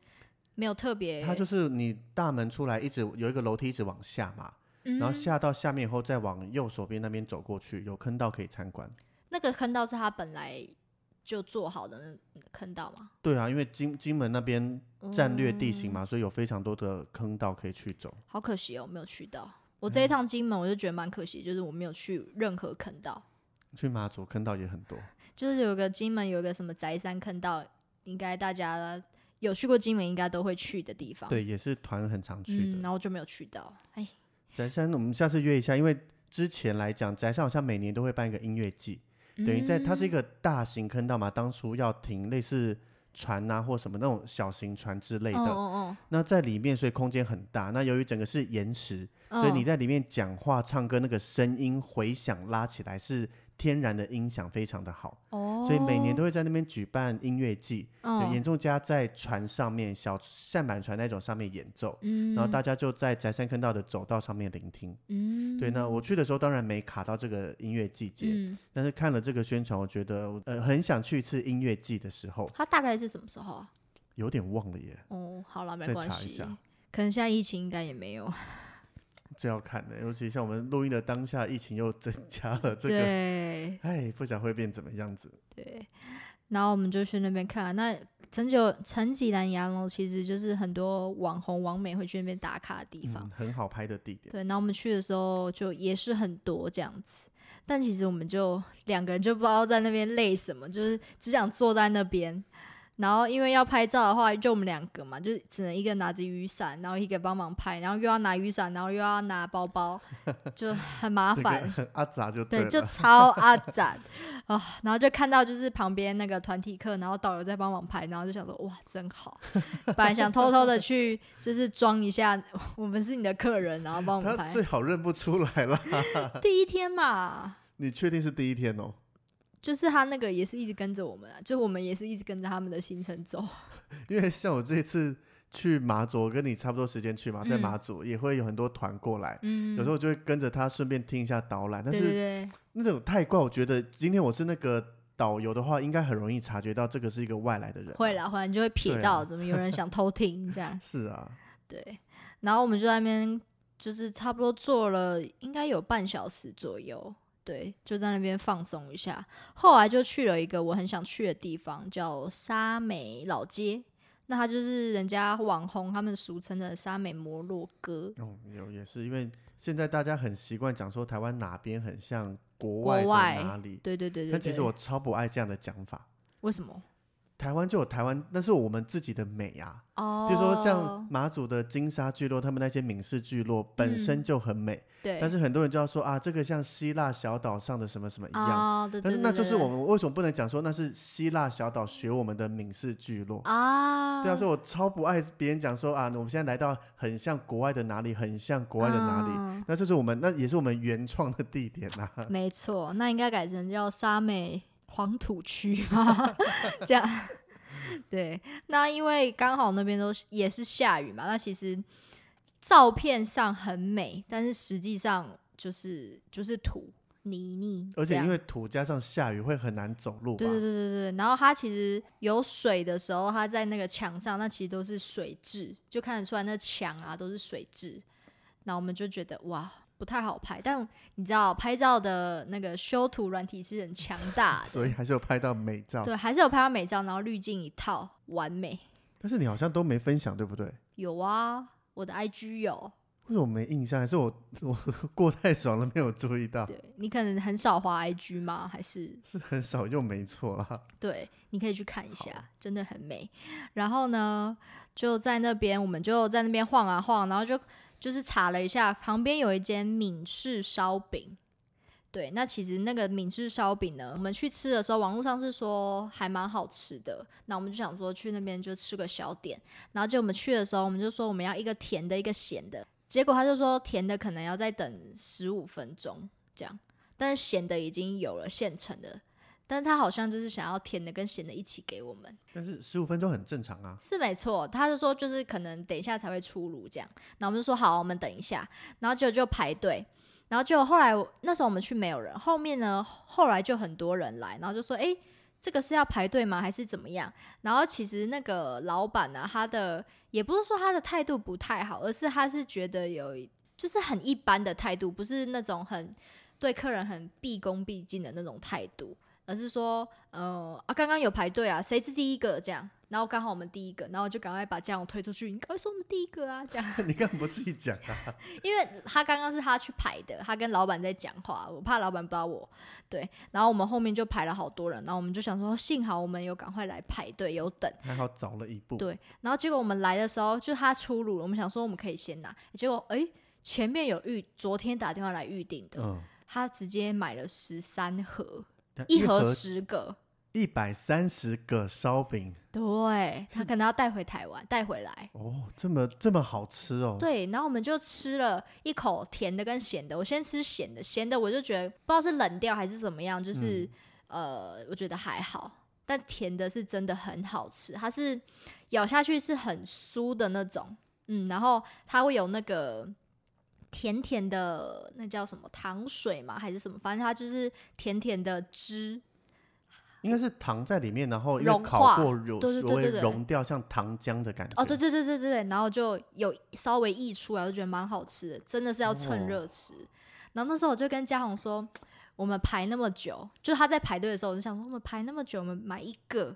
Speaker 1: 没有特别。
Speaker 2: 它就是你大门出来一直有一个楼梯一直往下嘛，
Speaker 1: 嗯
Speaker 2: 然后下到下面以后再往右手边那边走过去，有坑道可以参观。
Speaker 1: 那个坑道是他本来就做好的那嗯坑道吗？
Speaker 2: 对啊，因为金金门那边战略地形
Speaker 1: 哦
Speaker 2: 嘛，所以有非常多的坑道可以去走。
Speaker 1: 好可惜哦，没有去到。我
Speaker 2: 嗯
Speaker 1: 这一趟金门，我就觉得蛮可惜，就是我没有去任何坑道，
Speaker 2: 去马祖坑道也很多，
Speaker 1: 就是有个金门有个什么宅山坑道，应该大家有去过金门应该都会去的地方。
Speaker 2: 对，也是团很常去
Speaker 1: 嗯，
Speaker 2: 的。
Speaker 1: 然后就没有去到，哎，
Speaker 2: 宅山，我们下次约一下，因为之前来讲，宅山好像每年都会办一个音乐季，等于在它是一
Speaker 1: 嗯
Speaker 2: 个大型坑道嘛，当初要停类似船啊或什么那种小型船之类的，
Speaker 1: 哦
Speaker 2: 那在里面所以空间很大。那由于整个是岩石，
Speaker 1: 哦哦，
Speaker 2: 所以你
Speaker 1: 嗯
Speaker 2: 在里面讲话、唱歌，那个声音回响拉起来是天然的音响非常的好，
Speaker 1: 哦，
Speaker 2: 所以每年都会在那边举办音乐季，对演
Speaker 1: 嗯
Speaker 2: 奏家在船上面小舢板船那种上面演奏，
Speaker 1: 嗯，
Speaker 2: 然后大家就在宅山坑道的走道上面聆听。
Speaker 1: 嗯
Speaker 2: 对，那我去的时候当然没卡到这个音乐季节，
Speaker 1: 嗯，
Speaker 2: 但是看了这个宣传，我觉得呃很想去一次音乐季的时候，
Speaker 1: 它大概是什么时候啊？
Speaker 2: 有点忘了耶，
Speaker 1: 哦，好了，没
Speaker 2: 再
Speaker 1: 关
Speaker 2: 查一
Speaker 1: 系
Speaker 2: 下，
Speaker 1: 可能现在疫情应该也没有。
Speaker 2: 这要看的，尤其像我们录音的当下，疫情又增加了这个，
Speaker 1: 对
Speaker 2: 哎，不想会变怎么样子。
Speaker 1: 对，然后我们就去那边看。啊那陈九陈吉兰洋楼其实就是很多网红网美会去那边打卡的地方。
Speaker 2: 嗯，很好拍的地点。
Speaker 1: 对，然后我们去的时候就也是很多这样子，但其实我们就两个人就不知道在那边累什么，就是只想坐在那边。然后因为要拍照的话，就我们两个嘛，就是只能一个拿着雨伞，然后一个帮忙拍，然后又要拿雨伞，然后又要拿包包，就很麻
Speaker 2: 这个
Speaker 1: 烦。
Speaker 2: 很阿杂就
Speaker 1: 对，
Speaker 2: 了，
Speaker 1: 就超阿展啊、然后就看到就是旁边那个团体课，然后导游在帮忙拍，然后就想说哇，真好。本来想偷偷的去就是装一下， 我们是你的客人，然后帮我们
Speaker 2: 他
Speaker 1: 拍。
Speaker 2: 最好认不出来啦。
Speaker 1: 第一天嘛，
Speaker 2: 你确定是第一天哦？
Speaker 1: 就是他那个也是一直跟着我们啊，就我们也是一直跟着他们的行程走。
Speaker 2: 因为像我这一次去马祖，我跟你差不多时间去嘛，在
Speaker 1: 嗯
Speaker 2: 马祖也会有很多团过来，
Speaker 1: 嗯，
Speaker 2: 有时候我就会跟着他顺便听一下导览，但
Speaker 1: 对对
Speaker 2: 是
Speaker 1: 对，
Speaker 2: 那种太怪，我觉得今天我是那个导游的话，应该很容易察觉到这个是一个外来的人。
Speaker 1: 会，啦会啦，你就会瞥
Speaker 2: 对啊
Speaker 1: 到、怎么有人想偷听这样。
Speaker 2: 是啊，
Speaker 1: 对，然后我们就在那边，就是差不多坐了应该有半小时左右，对，就在那边放松一下。后来就去了一个我很想去的地方，叫沙美老街。那它就是人家网红他们俗称的沙美摩洛哥，
Speaker 2: 嗯，有也是因为现在大家很习惯讲说台湾哪边很像国
Speaker 1: 国
Speaker 2: 外的
Speaker 1: 外
Speaker 2: 哪里，
Speaker 1: 对对对对对。
Speaker 2: 但其实我超不爱这样的讲法。
Speaker 1: 为什么？
Speaker 2: 台湾就有台湾，那是我们自己的美啊。
Speaker 1: 哦，
Speaker 2: 比如说像马祖的金沙聚落，他们那些闽式聚落本身就很美，
Speaker 1: 嗯对，
Speaker 2: 但是很多人就要说啊，这个像希腊小岛上的什么什么一样。
Speaker 1: 啊、对
Speaker 2: 但
Speaker 1: 对对
Speaker 2: 是
Speaker 1: 对，
Speaker 2: 那就是
Speaker 1: 对
Speaker 2: 我们为什么不能讲说那是希腊小岛学我们的闽式聚落？
Speaker 1: 啊，
Speaker 2: 对啊，所以我超不爱别人讲说啊，我们现在来到很像国外的哪里，很像国外的哪里。
Speaker 1: 嗯
Speaker 2: 那这是我们那也是我们原创的地点 呐、啊。
Speaker 1: 没错，那应该改成叫沙美黄土区吧，这样。 对，那因为刚好那边都是也是下雨嘛，那其实照片上很美，但是实际上就是就是土泥泞这样，
Speaker 2: 而且因为土加上下雨会很难走路吧？
Speaker 1: 啊对对对对对，然后它其实有水的时候，它在那个墙上，那其实都是水质，就看得出来那墙啊都是水质。那我们就觉得哇，不太好拍，但你知道拍照的那个修图软体是很强 大的，
Speaker 2: 所以还啊是有拍到美照。
Speaker 1: 对，还是有拍到美照，然后滤镜一套完美。
Speaker 2: 但是你好像都没分享，对不对？
Speaker 1: 有啊，我的 IG 有，
Speaker 2: 为什么没印象？还是我我过太爽了，没有注意到，
Speaker 1: 对你可能很少滑 IG 吗？还是
Speaker 2: 是很少用，没错啦。
Speaker 1: 对，你可以去看一下，真的很美。然后呢，就在那边，我们就在那边晃啊晃，然后就就是查了一下，旁边有一间闽式烧饼。对，那其实那个闽式烧饼呢，我们去吃的时候，网络上是说还蛮好吃的。那我们就想说去那边就吃个小点，然后结果我们去的时候，我们就说我们要一个甜的，一个咸的。结果他就说甜的可能要再等十五分钟这样，但是咸的已经有了现成的，但他好像就是想要甜的跟咸的一起给我们，
Speaker 2: 但是十五分钟很正常啊。
Speaker 1: 是没错。他就说就是可能等一下才会出炉这样，然后我们就说好，我们等一下，然后结果就排队，然后结果后来我那时候我们去没有人，后面呢后来就很多人来，然后就说诶，这个是要排队吗？还是怎么样？然后其实那个老板呢、他的也不是说他的态度不太好，而是他是觉得有一就是很一般的态度，不是那种很对客人很毕恭毕敬的那种态度，而是说，呃啊，刚刚有排队啊，谁是第一个这样？然后刚好我们第一个，然后就赶快把酱油推出去，你赶快说我们第一个啊，这样。
Speaker 2: 你干嘛不自己讲啊？
Speaker 1: 因为他刚刚是他去排的，他跟老板在讲话，我怕老板不知道我。对，然后我们后面就排了好多人，然后我们就想说，幸好我们有赶快来排队，有等。
Speaker 2: 还好早了一步。
Speaker 1: 对然后结果我们来的时候，就他出炉了，我们想说我们可以先拿，结果诶，前面有预昨天打电话来预定的，
Speaker 2: 嗯，
Speaker 1: 他直接买了十三盒，
Speaker 2: 但
Speaker 1: 一
Speaker 2: 盒
Speaker 1: 盒十个，
Speaker 2: 一百三十个烧饼
Speaker 1: 对他可能要带回台湾，带回来。
Speaker 2: 哦，这么这么好吃哦。
Speaker 1: 对，然后我们就吃了一口甜的跟咸的。我先吃咸的，咸的我就觉得不知道是冷掉还是怎么样，就是、呃，我觉得还好。但甜的是真的很好吃，它是咬下去是很酥的那种，嗯，然后它会有那个甜甜的那叫什么糖水嘛，还是什么，反正它就是甜甜的汁，
Speaker 2: 应该是糖在里面，然后因为
Speaker 1: 融
Speaker 2: 烤
Speaker 1: 化
Speaker 2: 过有
Speaker 1: 对对对
Speaker 2: 所谓
Speaker 1: 对对
Speaker 2: 融掉，像糖浆的感觉。
Speaker 1: 哦，对对对对对对，然后就有稍微溢出来，我就觉得蛮好吃的，真的是要
Speaker 2: 哦
Speaker 1: 趁热吃。然后那时候我就跟嘉宏说，我们排那么久，就是他在排队的时候，我就想说，我们排那么久，我们买一个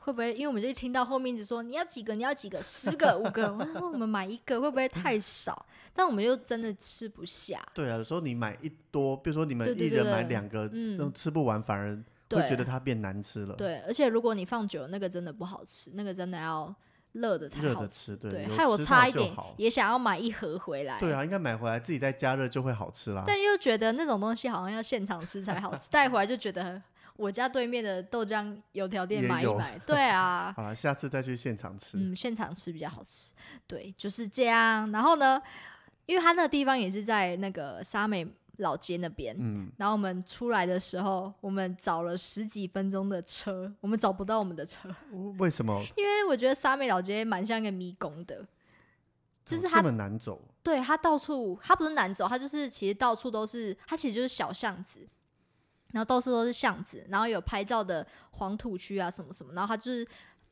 Speaker 1: 会不会？因为我们就一听到后面一直说你要几个，你要几个，十个、五个，我就说我们买一个会不会太少？但我们又真的吃不下，
Speaker 2: 对啊，有时候你买一多，比如说你们
Speaker 1: 对
Speaker 2: 一
Speaker 1: 对对
Speaker 2: 人买
Speaker 1: 对
Speaker 2: 两个，
Speaker 1: 嗯
Speaker 2: 都吃不完，反而
Speaker 1: 对，
Speaker 2: 会觉得它变难吃了。，
Speaker 1: 对，而且如果你放久了，那个真的不好吃，那个真的要热的才
Speaker 2: 热
Speaker 1: 好
Speaker 2: 着吃，
Speaker 1: 吃。对，
Speaker 2: 有
Speaker 1: 害我
Speaker 2: 吃
Speaker 1: 差
Speaker 2: 到
Speaker 1: 一
Speaker 2: 就
Speaker 1: 点
Speaker 2: 好
Speaker 1: 也想要买一盒回来。
Speaker 2: 对啊，应该买回来自己再加热就会好吃啦。
Speaker 1: 但又觉得那种东西好像要现场吃才好吃，带回来就觉得我家对面的豆浆油条店
Speaker 2: 也
Speaker 1: 买一
Speaker 2: 有
Speaker 1: 买，对 啊，
Speaker 2: 好了，下次再去现场吃。
Speaker 1: 嗯，现场吃比较好吃，对，就是这样。然后呢，因为他那个地方也是在那个沙美老街那边，
Speaker 2: 嗯，
Speaker 1: 然后我们出来的时候，我们找了十几分钟的车，我们找不到我们的车，
Speaker 2: 为什么？
Speaker 1: 因为我觉得沙美老街蛮像一个迷宫的，就是
Speaker 2: 哦
Speaker 1: 它
Speaker 2: 这么难走，
Speaker 1: 对它到处，它不是难走，它就是其实到处都是，它其实就是小巷子，然后到处都是巷子，然后有拍照的黄土区啊什么什么，然后它就是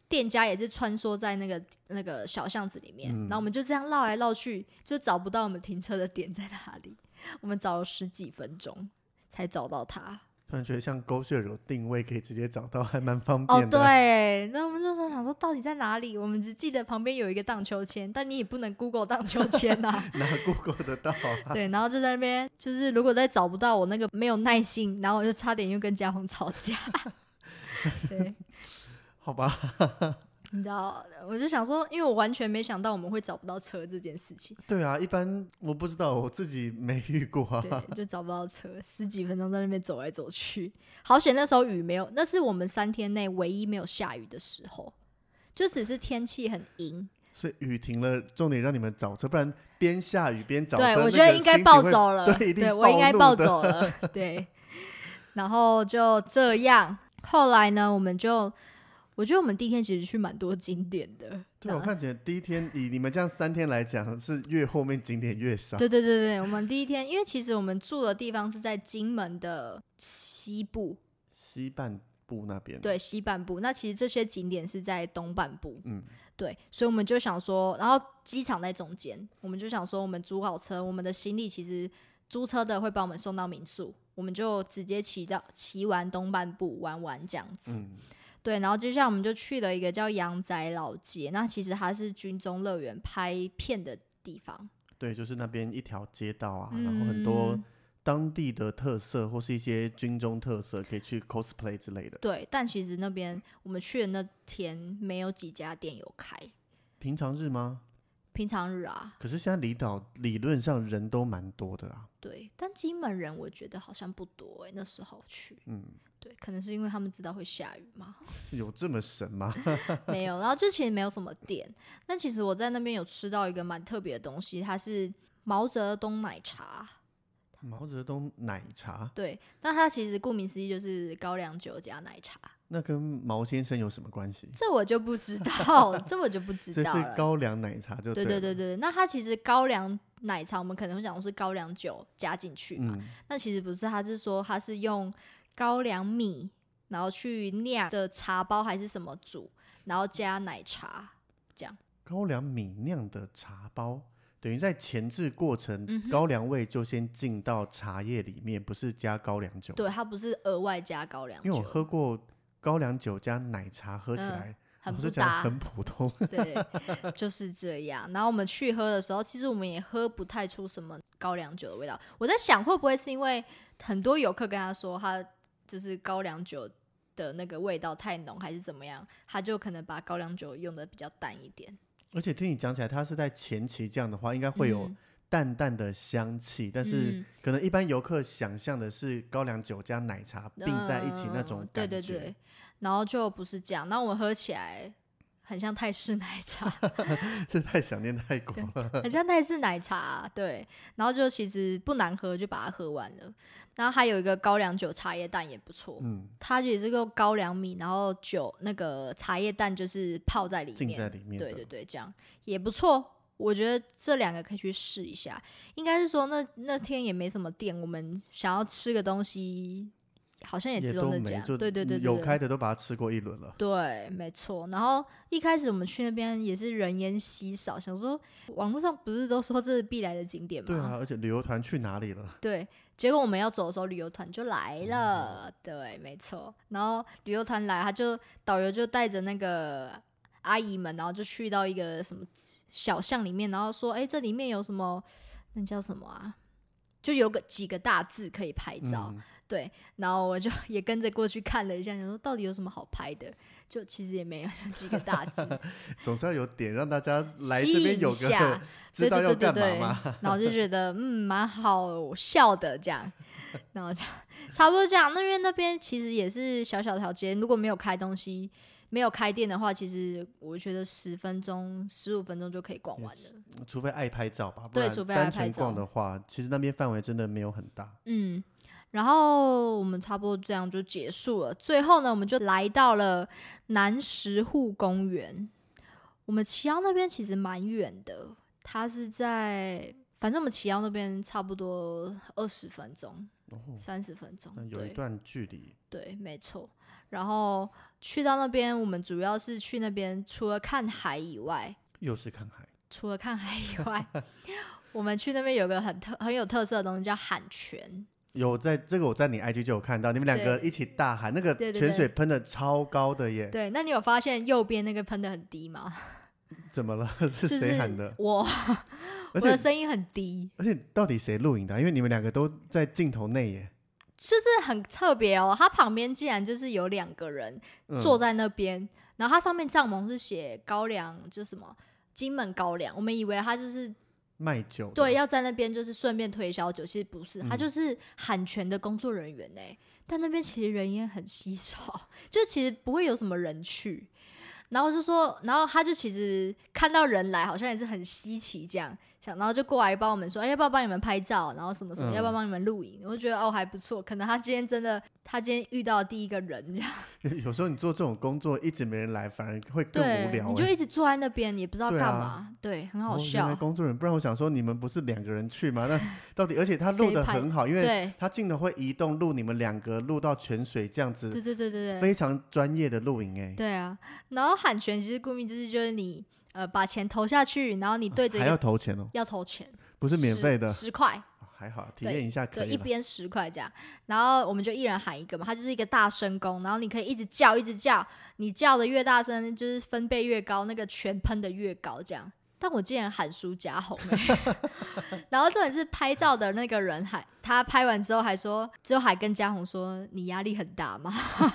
Speaker 1: 店家也是穿梭在那个那个小巷子里面，
Speaker 2: 嗯
Speaker 1: 然后我们就这样绕来绕去，就找不到我们停车的点在哪里，我们找了十几分钟才找到它。
Speaker 2: 突然觉得像狗血有定位可以直接找到，还蛮方
Speaker 1: 哦，
Speaker 2: 便的。
Speaker 1: 对，那我们那时候想说到底在哪里，我们只记得旁边有一个荡秋千，但你也不能 Google 荡秋千啊。
Speaker 2: 哪 Google 得到 啊？
Speaker 1: 对，然后就在那边，就是如果再找不到我那个没有耐心，然后我就差点又跟嘉宏吵架。 对，
Speaker 2: 好吧，
Speaker 1: 你知道，我就想说，因为我完全没想到我们会找不到车这件事情，
Speaker 2: 对啊，一般我不知道，我自己没遇过啊。
Speaker 1: 对，就找不到车，十几分钟在那边走来走去。好险那时候雨没有，那是我们三天内唯一没有下雨的时候，就只是天气很阴。
Speaker 2: 所以雨停了，重点让你们找车，不然边下雨边找车，
Speaker 1: 对，
Speaker 2: 那
Speaker 1: 我
Speaker 2: 个
Speaker 1: 觉得应该
Speaker 2: 心情
Speaker 1: 暴
Speaker 2: 会
Speaker 1: 走 了，
Speaker 2: 对，一定
Speaker 1: 我应该
Speaker 2: 怒
Speaker 1: 暴
Speaker 2: 的。
Speaker 1: 走了，对。然后就这样，后来呢，我们就，我觉得我们第一天其实去蛮多景点的，
Speaker 2: 对，我
Speaker 1: 那
Speaker 2: 看起来第一天以你们这样三天来讲，是越后面景点越少。
Speaker 1: 对对对对，我们第一天，因为其实我们住的地方是在金门的西部，
Speaker 2: 西半部那边，，
Speaker 1: 对西半部，那其实这些景点是在东半部，
Speaker 2: 嗯，
Speaker 1: 对，所以我们就想说，然后机场在中间，我们就想说，我们租好车，我们的行李其实租车的会帮我们送到民宿，我们就直接骑到骑完东半部玩玩这样子。
Speaker 2: 嗯，
Speaker 1: 对，然后接下来我们就去了一个叫阳仔老街，那其实它是军中乐园拍片的地方，
Speaker 2: 对，就是那边一条街道啊，然后很多
Speaker 1: 嗯
Speaker 2: 当地的特色或是一些军中特色，可以去 cosplay 之类的。
Speaker 1: 对，但其实那边我们去的那天没有几家店有开，
Speaker 2: 平常日吗？
Speaker 1: 平常日啊，
Speaker 2: 可是现在离岛理论上人都蛮多的啊，
Speaker 1: 对，但金门人我觉得好像不多哎、那时候去，
Speaker 2: 嗯，
Speaker 1: 对，可能是因为他们知道会下雨嘛，
Speaker 2: 有这么神吗？
Speaker 1: 没有，然后就其实没有什么店。但其实我在那边有吃到一个蛮特别的东西，它是毛泽东奶茶。
Speaker 2: 毛泽东奶茶，
Speaker 1: 对，但它其实顾名思义就是高粱酒加奶茶，
Speaker 2: 那跟毛先生有什么关系？
Speaker 1: 这我就不知道，这我就不知
Speaker 2: 这
Speaker 1: 道
Speaker 2: 是
Speaker 1: 了。
Speaker 2: 高粱奶茶就
Speaker 1: 对
Speaker 2: 对
Speaker 1: 对对
Speaker 2: 了，
Speaker 1: 对，那它其实高粱奶茶，我们可能会讲是高粱酒加进去嘛，
Speaker 2: 嗯，
Speaker 1: 那其实不是，它是说它是用高粱米，然后去酿的茶包还是什么煮，然后加奶茶，
Speaker 2: 高粱米酿的茶包，等于在前置过程，
Speaker 1: 嗯哼
Speaker 2: 高粱味就先进到茶叶里面，不是加高粱酒。，
Speaker 1: 对，它不是额外加高粱酒，
Speaker 2: 因为我喝过高粱酒加奶茶，喝起
Speaker 1: 嗯
Speaker 2: 来、
Speaker 1: 很
Speaker 2: 我
Speaker 1: 不
Speaker 2: 是
Speaker 1: 搭
Speaker 2: 讲，很普通。
Speaker 1: 对， 就是这样。然后我们去喝的时候，其实我们也喝不太出什么高粱酒的味道。我在想，会不会是因为很多游客跟他说，他就是高粱酒的那个味道太浓，还是怎么样，他就可能把高粱酒用的比较淡一点。
Speaker 2: 而且听你讲起来，它是在前期这样的话，应该会有
Speaker 1: 嗯
Speaker 2: 淡淡的香气，但是
Speaker 1: 嗯
Speaker 2: 可能一般游客想象的是高粱酒加奶茶并在一起那种
Speaker 1: 嗯
Speaker 2: 感觉。
Speaker 1: 对对对，然后就不是这样，那我喝起来很像泰式奶茶，
Speaker 2: 是太想念泰国了。
Speaker 1: 很像泰式奶茶，啊对，然后就其实不难喝，就把它喝完了。然后还有一个高粱酒茶叶蛋也不错，
Speaker 2: 嗯，
Speaker 1: 它也是用高粱米，然后酒那个茶叶蛋就是泡在里
Speaker 2: 浸
Speaker 1: 面
Speaker 2: 在，里面的。
Speaker 1: 对对对，这样也不错。我觉得这两个可以去试一下。应该是说那那天也没什么店，我们想要吃个东西，好像也
Speaker 2: 也
Speaker 1: 只
Speaker 2: 都
Speaker 1: 有那
Speaker 2: 没
Speaker 1: 家。
Speaker 2: 就
Speaker 1: 对对对对，
Speaker 2: 有
Speaker 1: 对
Speaker 2: 开的都把它吃过一轮了。
Speaker 1: 对，没错。然后一开始我们去那边也是人烟稀少，想说网络上不是都说这是必来的景点吗？
Speaker 2: 对啊，而且旅游团去哪里了？
Speaker 1: 对，结果我们要走的时候，旅游团就来
Speaker 2: 哦
Speaker 1: 了。对，没错。然后旅游团来，他就导游就带着那个阿姨们，然后就去到一个什么小巷里面，然后说：“哎、这里面有什么？那叫什么啊？”就有个几个大字可以拍照，
Speaker 2: 嗯，
Speaker 1: 对，然后我就 也跟着过去看了一下，想说到底有什么好拍的，就其实也没有，就几个大字，
Speaker 2: 总是要有点让大家 来
Speaker 1: 吸
Speaker 2: 这边
Speaker 1: 引
Speaker 2: 有
Speaker 1: 一
Speaker 2: 个
Speaker 1: 下
Speaker 2: 知道要干嘛
Speaker 1: 对对对
Speaker 2: 嘛。
Speaker 1: 对对然后就 觉得嗯蛮好笑的这样，然后就差不多这样。那因为那边其实也是小小条街，如果没有开东西、没有开店的话，其实我觉得十分钟、十五分钟就可以逛完了。
Speaker 2: 除非爱拍照吧，不
Speaker 1: 对
Speaker 2: 然
Speaker 1: 除非爱
Speaker 2: 单
Speaker 1: 拍
Speaker 2: 纯逛
Speaker 1: 照
Speaker 2: 的话，其实那边范围真的没有很大。
Speaker 1: 嗯，然后我们差不多这样就结束了。最后呢，我们就来到了南石户公园。我们骑到那边其实蛮远的，它是在，反正我们骑到那边差不多二十分钟、
Speaker 2: 哦，
Speaker 1: 三十分钟
Speaker 2: 那，有一
Speaker 1: 对
Speaker 2: 段距离，
Speaker 1: 对，没错。然后去到那边，我们主要是去那边，除了看海以外，
Speaker 2: 又是看海。
Speaker 1: 除了看海以外， 我们去那边有个很特很有特色的东西叫喊泉。
Speaker 2: 有在这个我在你 IG 就有看到，你们两个一起大喊，那个
Speaker 1: 对对
Speaker 2: 泉
Speaker 1: 对
Speaker 2: 水喷的超高的耶，
Speaker 1: 对，那你有发现右边那个喷的很 低吗？
Speaker 2: 怎么了？ 是
Speaker 1: 就是
Speaker 2: 谁喊的？
Speaker 1: 我，我
Speaker 2: 而
Speaker 1: 的
Speaker 2: 且
Speaker 1: 声音很低，
Speaker 2: 而且到底谁录影的啊？因为你们两个都在镜头内耶，
Speaker 1: 就是很特别哦。它旁边竟然就是有两个人
Speaker 2: 嗯
Speaker 1: 坐在那边，然后它上面帐篷是写高粱，就是什么金门高粱，我们以为它就是
Speaker 2: 卖酒的，
Speaker 1: 对要在那边就是顺便推销酒，其实不是，它
Speaker 2: 嗯
Speaker 1: 就是喊泉的工作人员呢、但那边其实人烟很稀少， 就其实不会有什么人去。然后就说，然后他就其实看到人来，好像也是很稀奇这样，想然后就过来帮我们说，哎，要不要帮你们拍照？然后什么什么，
Speaker 2: 嗯
Speaker 1: 要不要帮你们录影？我就觉得哦还不错，可能他今天真的，他今天遇到第一个人这样，
Speaker 2: 有时候你做这种工作一直没人来，反而会更无
Speaker 1: 对，
Speaker 2: 聊
Speaker 1: 你就
Speaker 2: 耶。
Speaker 1: 一直坐在那边也不知道
Speaker 2: 对
Speaker 1: 干
Speaker 2: 啊
Speaker 1: 嘛，对，很好
Speaker 2: 哦原
Speaker 1: 笑，
Speaker 2: 来工作人员，不然我想说你们不是两个人去吗？那 到底，而且他录
Speaker 1: 谁
Speaker 2: 的
Speaker 1: 拍
Speaker 2: 很好，因为
Speaker 1: 对，
Speaker 2: 他镜头会移动录你们两个录到泉水这样子，
Speaker 1: 对对对对对，
Speaker 2: 非常专业的录影哎、
Speaker 1: 对啊。然后喊泉其实顾名思义就是你呃把钱投下去，然后你对着一
Speaker 2: 啊还要
Speaker 1: 个
Speaker 2: 投钱哦，
Speaker 1: 要投钱，
Speaker 2: 不是免
Speaker 1: 十
Speaker 2: 费的，
Speaker 1: 十块，
Speaker 2: 还好体
Speaker 1: 对
Speaker 2: 验一下可
Speaker 1: 对，
Speaker 2: 以
Speaker 1: 一
Speaker 2: 了。
Speaker 1: 边十块这样，然后我们就一人喊一个嘛，它就是一个大声功，然后你可以一直叫，一直叫，你叫的越大声，就是分贝越高，那个泉喷的越高这样。但我竟然喊输家红、欸 然后重点是拍照的那个人还他拍完之后还说，最后还跟嘉红说你压力很大吗？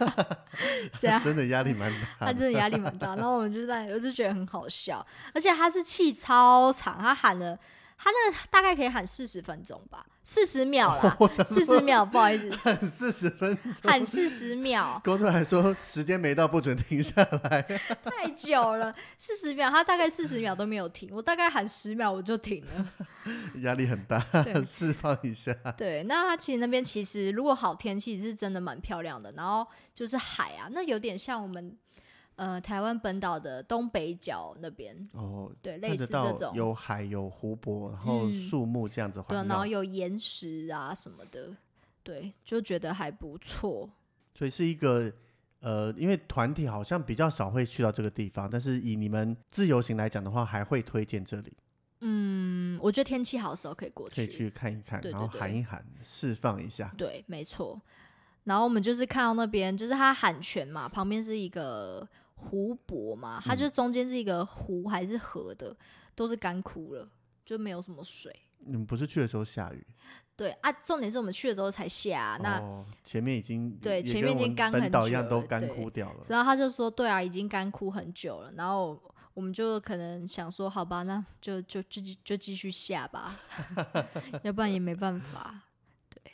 Speaker 1: 这样
Speaker 2: 真的压力蛮
Speaker 1: 他
Speaker 2: 大的，
Speaker 1: 真的压力蛮大。然后我们就在，我就觉得很好笑，而且他是气超长，他喊了，他那个大概可以喊四十分钟吧，四十秒 啦，四十秒，不好意思，
Speaker 2: 四十分钟。
Speaker 1: 喊四十秒
Speaker 2: 工作人员说时间没到，不准停下 来。
Speaker 1: 太久了，四十秒，他大概四十秒都没有停，我大概喊十秒我就停 了。
Speaker 2: 压力很大
Speaker 1: 对，
Speaker 2: 释放一下。
Speaker 1: 对，那它其实那边其实如果好天气是真的蛮漂亮的，然后就是海啊，那有点像我们呃台湾本岛的东北角那边，
Speaker 2: 哦，
Speaker 1: 对，类
Speaker 2: 看得
Speaker 1: 似这
Speaker 2: 到
Speaker 1: 种。
Speaker 2: 有海有湖泊，然后
Speaker 1: 嗯
Speaker 2: 树木这样子
Speaker 1: 对啊，
Speaker 2: 环
Speaker 1: 然
Speaker 2: 绕
Speaker 1: 后，有岩石啊什么的，对，就觉得还不错。
Speaker 2: 所以是一个呃，因为团体好像比较少会去到这个地方，但是以你们自由行来讲的话，还会推荐这里，
Speaker 1: 嗯，我觉得天气好的时候可以过
Speaker 2: 可
Speaker 1: 去。
Speaker 2: 以去看一看，
Speaker 1: 对
Speaker 2: 然
Speaker 1: 对
Speaker 2: 后
Speaker 1: 对
Speaker 2: 喊一喊，释放一下。
Speaker 1: 对，没错。然后我们就是看到那边，就是它喊泉嘛，旁边是一个湖泊嘛，它
Speaker 2: 嗯
Speaker 1: 就中间是一个湖还是河的，都是干枯了，就没有什么水。
Speaker 2: 你们不是去的时候下雨？
Speaker 1: 对啊，重点是我们去的时候才下啊、那
Speaker 2: 哦、前面已经
Speaker 1: 对
Speaker 2: 也
Speaker 1: 前
Speaker 2: 跟
Speaker 1: 面已
Speaker 2: 我
Speaker 1: 经
Speaker 2: 们
Speaker 1: 干
Speaker 2: 本
Speaker 1: 很
Speaker 2: 岛
Speaker 1: 久
Speaker 2: 一样都
Speaker 1: 了
Speaker 2: 干
Speaker 1: 对
Speaker 2: 枯掉了。
Speaker 1: 然后他就说：“对啊，已经干枯很久了。”然后我们就可能想说，好吧，那就就就继就继续下吧，要不然也没办法。对。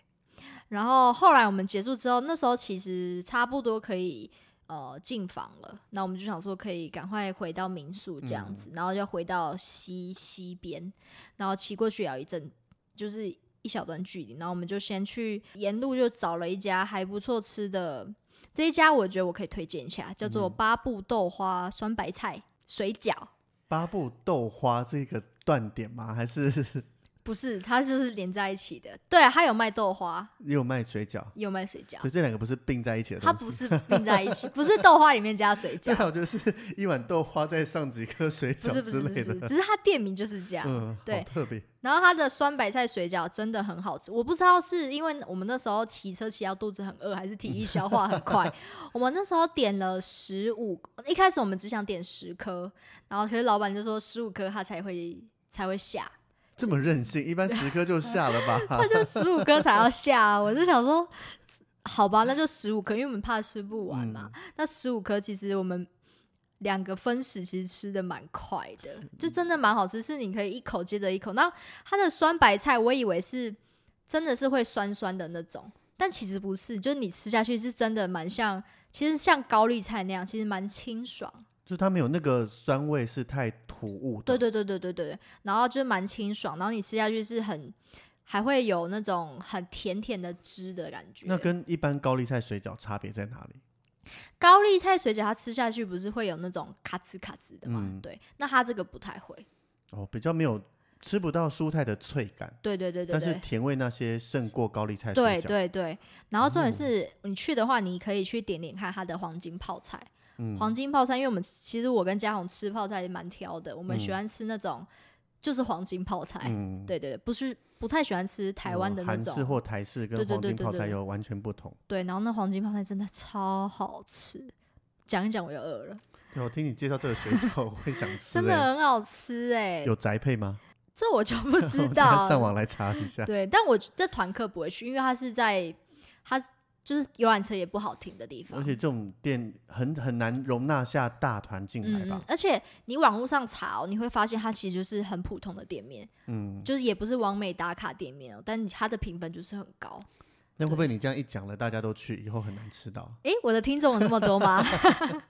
Speaker 1: 然后后来我们结束之后，那时候其实差不多可以呃进房了，那我们就想说可以赶快回到民宿这样子，然后要回到西西边，然后骑过去也要一阵，就是一小段距离。然后我们就先去沿路就找了一家还不错吃的，这一家我觉得我可以推荐一下，叫
Speaker 2: 嗯
Speaker 1: 做八步豆花酸白菜水饺。
Speaker 2: 八步豆花这个断点吗？还是
Speaker 1: 不是，它就是连在一起的。对、啊，它有卖豆花，
Speaker 2: 也有卖水饺？
Speaker 1: 也有卖水饺
Speaker 2: 所，以这两个不是并在一起的
Speaker 1: 它
Speaker 2: 东西。啊
Speaker 1: 不是并在一起，不是豆花里面加水
Speaker 2: 最
Speaker 1: 饺，
Speaker 2: 好就是一碗豆花再上几颗水
Speaker 1: 不
Speaker 2: 饺
Speaker 1: 是不
Speaker 2: 之
Speaker 1: 是不
Speaker 2: 类
Speaker 1: 是，
Speaker 2: 的。
Speaker 1: 只是它店名就是这样。
Speaker 2: 嗯，好
Speaker 1: 对
Speaker 2: 特别。
Speaker 1: 然后它的酸白菜水饺真的很好吃，我不知道是因为我们那时候骑车骑到肚子很饿，还是体力消化很 快。我们那时候点了十五，一开始我们只想点十颗，然后可是老板就说十五颗他才会才会下，
Speaker 2: 这么任性，一般十颗就下了吧？
Speaker 1: 他就十五颗才要下啊、我就想说，好吧，那就十五颗，因为我们怕吃不完嘛。那十五颗其实我们两个分食，其实吃的蛮快的，就真的蛮好吃，是你可以一口接着一口。那它的酸白菜，我以为是真的是会酸酸的那种，但其实不是，就是你吃下去是真的蛮像，其实像高丽菜那样，其实蛮清爽。
Speaker 2: 就它没有那个酸味是太突兀
Speaker 1: 对
Speaker 2: 的。
Speaker 1: 对对对对对，然后就蛮清爽，然后你吃下去是很还会有那种很甜甜的汁的感觉。
Speaker 2: 那跟一般高丽菜水饺差别在哪里？
Speaker 1: 高丽菜水饺，它吃下去不是会有那种咔吱咔吱的嘛？
Speaker 2: 嗯
Speaker 1: 对，那它这个不太会。
Speaker 2: 哦，比较没有吃不到蔬菜的脆感，
Speaker 1: 对对对对
Speaker 2: 但是
Speaker 1: 对。
Speaker 2: 甜味那些胜过高丽菜水
Speaker 1: 对
Speaker 2: 饺。哦
Speaker 1: 对对，然后重点是你去的话，你可以去点点看它的黄金泡菜。
Speaker 2: 嗯
Speaker 1: 黄金泡菜，因为我们其实我跟嘉宏吃泡菜也蛮挑的，我们喜欢吃那种就是黄金泡菜。
Speaker 2: 嗯，
Speaker 1: 对对对，不是不太喜欢吃台湾的
Speaker 2: 哦
Speaker 1: 那
Speaker 2: 韩
Speaker 1: 种。
Speaker 2: 式或台式跟
Speaker 1: 对对
Speaker 2: 黄
Speaker 1: 对
Speaker 2: 金
Speaker 1: 对
Speaker 2: 泡
Speaker 1: 对
Speaker 2: 菜
Speaker 1: 对
Speaker 2: 有完全不同。
Speaker 1: 对，然后那黄金泡菜真的超好吃，讲一讲我又饿了，
Speaker 2: 对，我听你介绍这个水饺， 我会想吃欸。欸
Speaker 1: 真的很好吃哎、
Speaker 2: 有宅配吗？
Speaker 1: 这我就 不知
Speaker 2: 我等下
Speaker 1: 道
Speaker 2: 上
Speaker 1: 了。
Speaker 2: 网来查一 下。
Speaker 1: 对，但我这团课不会去，因为它是在它就是游览车也不好停的地方
Speaker 2: 而，且这种店很很难容纳下大团进来
Speaker 1: 嗯，嗯
Speaker 2: 吧？
Speaker 1: 而且你网络上查、哦，你会发现它其实就是很普通的店面，
Speaker 2: 嗯，
Speaker 1: 就是也不是完美打卡店面哦，但你它的评分就是很高。
Speaker 2: 那会不会你这样一讲了，大家都去，以后很难吃到？
Speaker 1: 诶，我的听众有那么 多吗？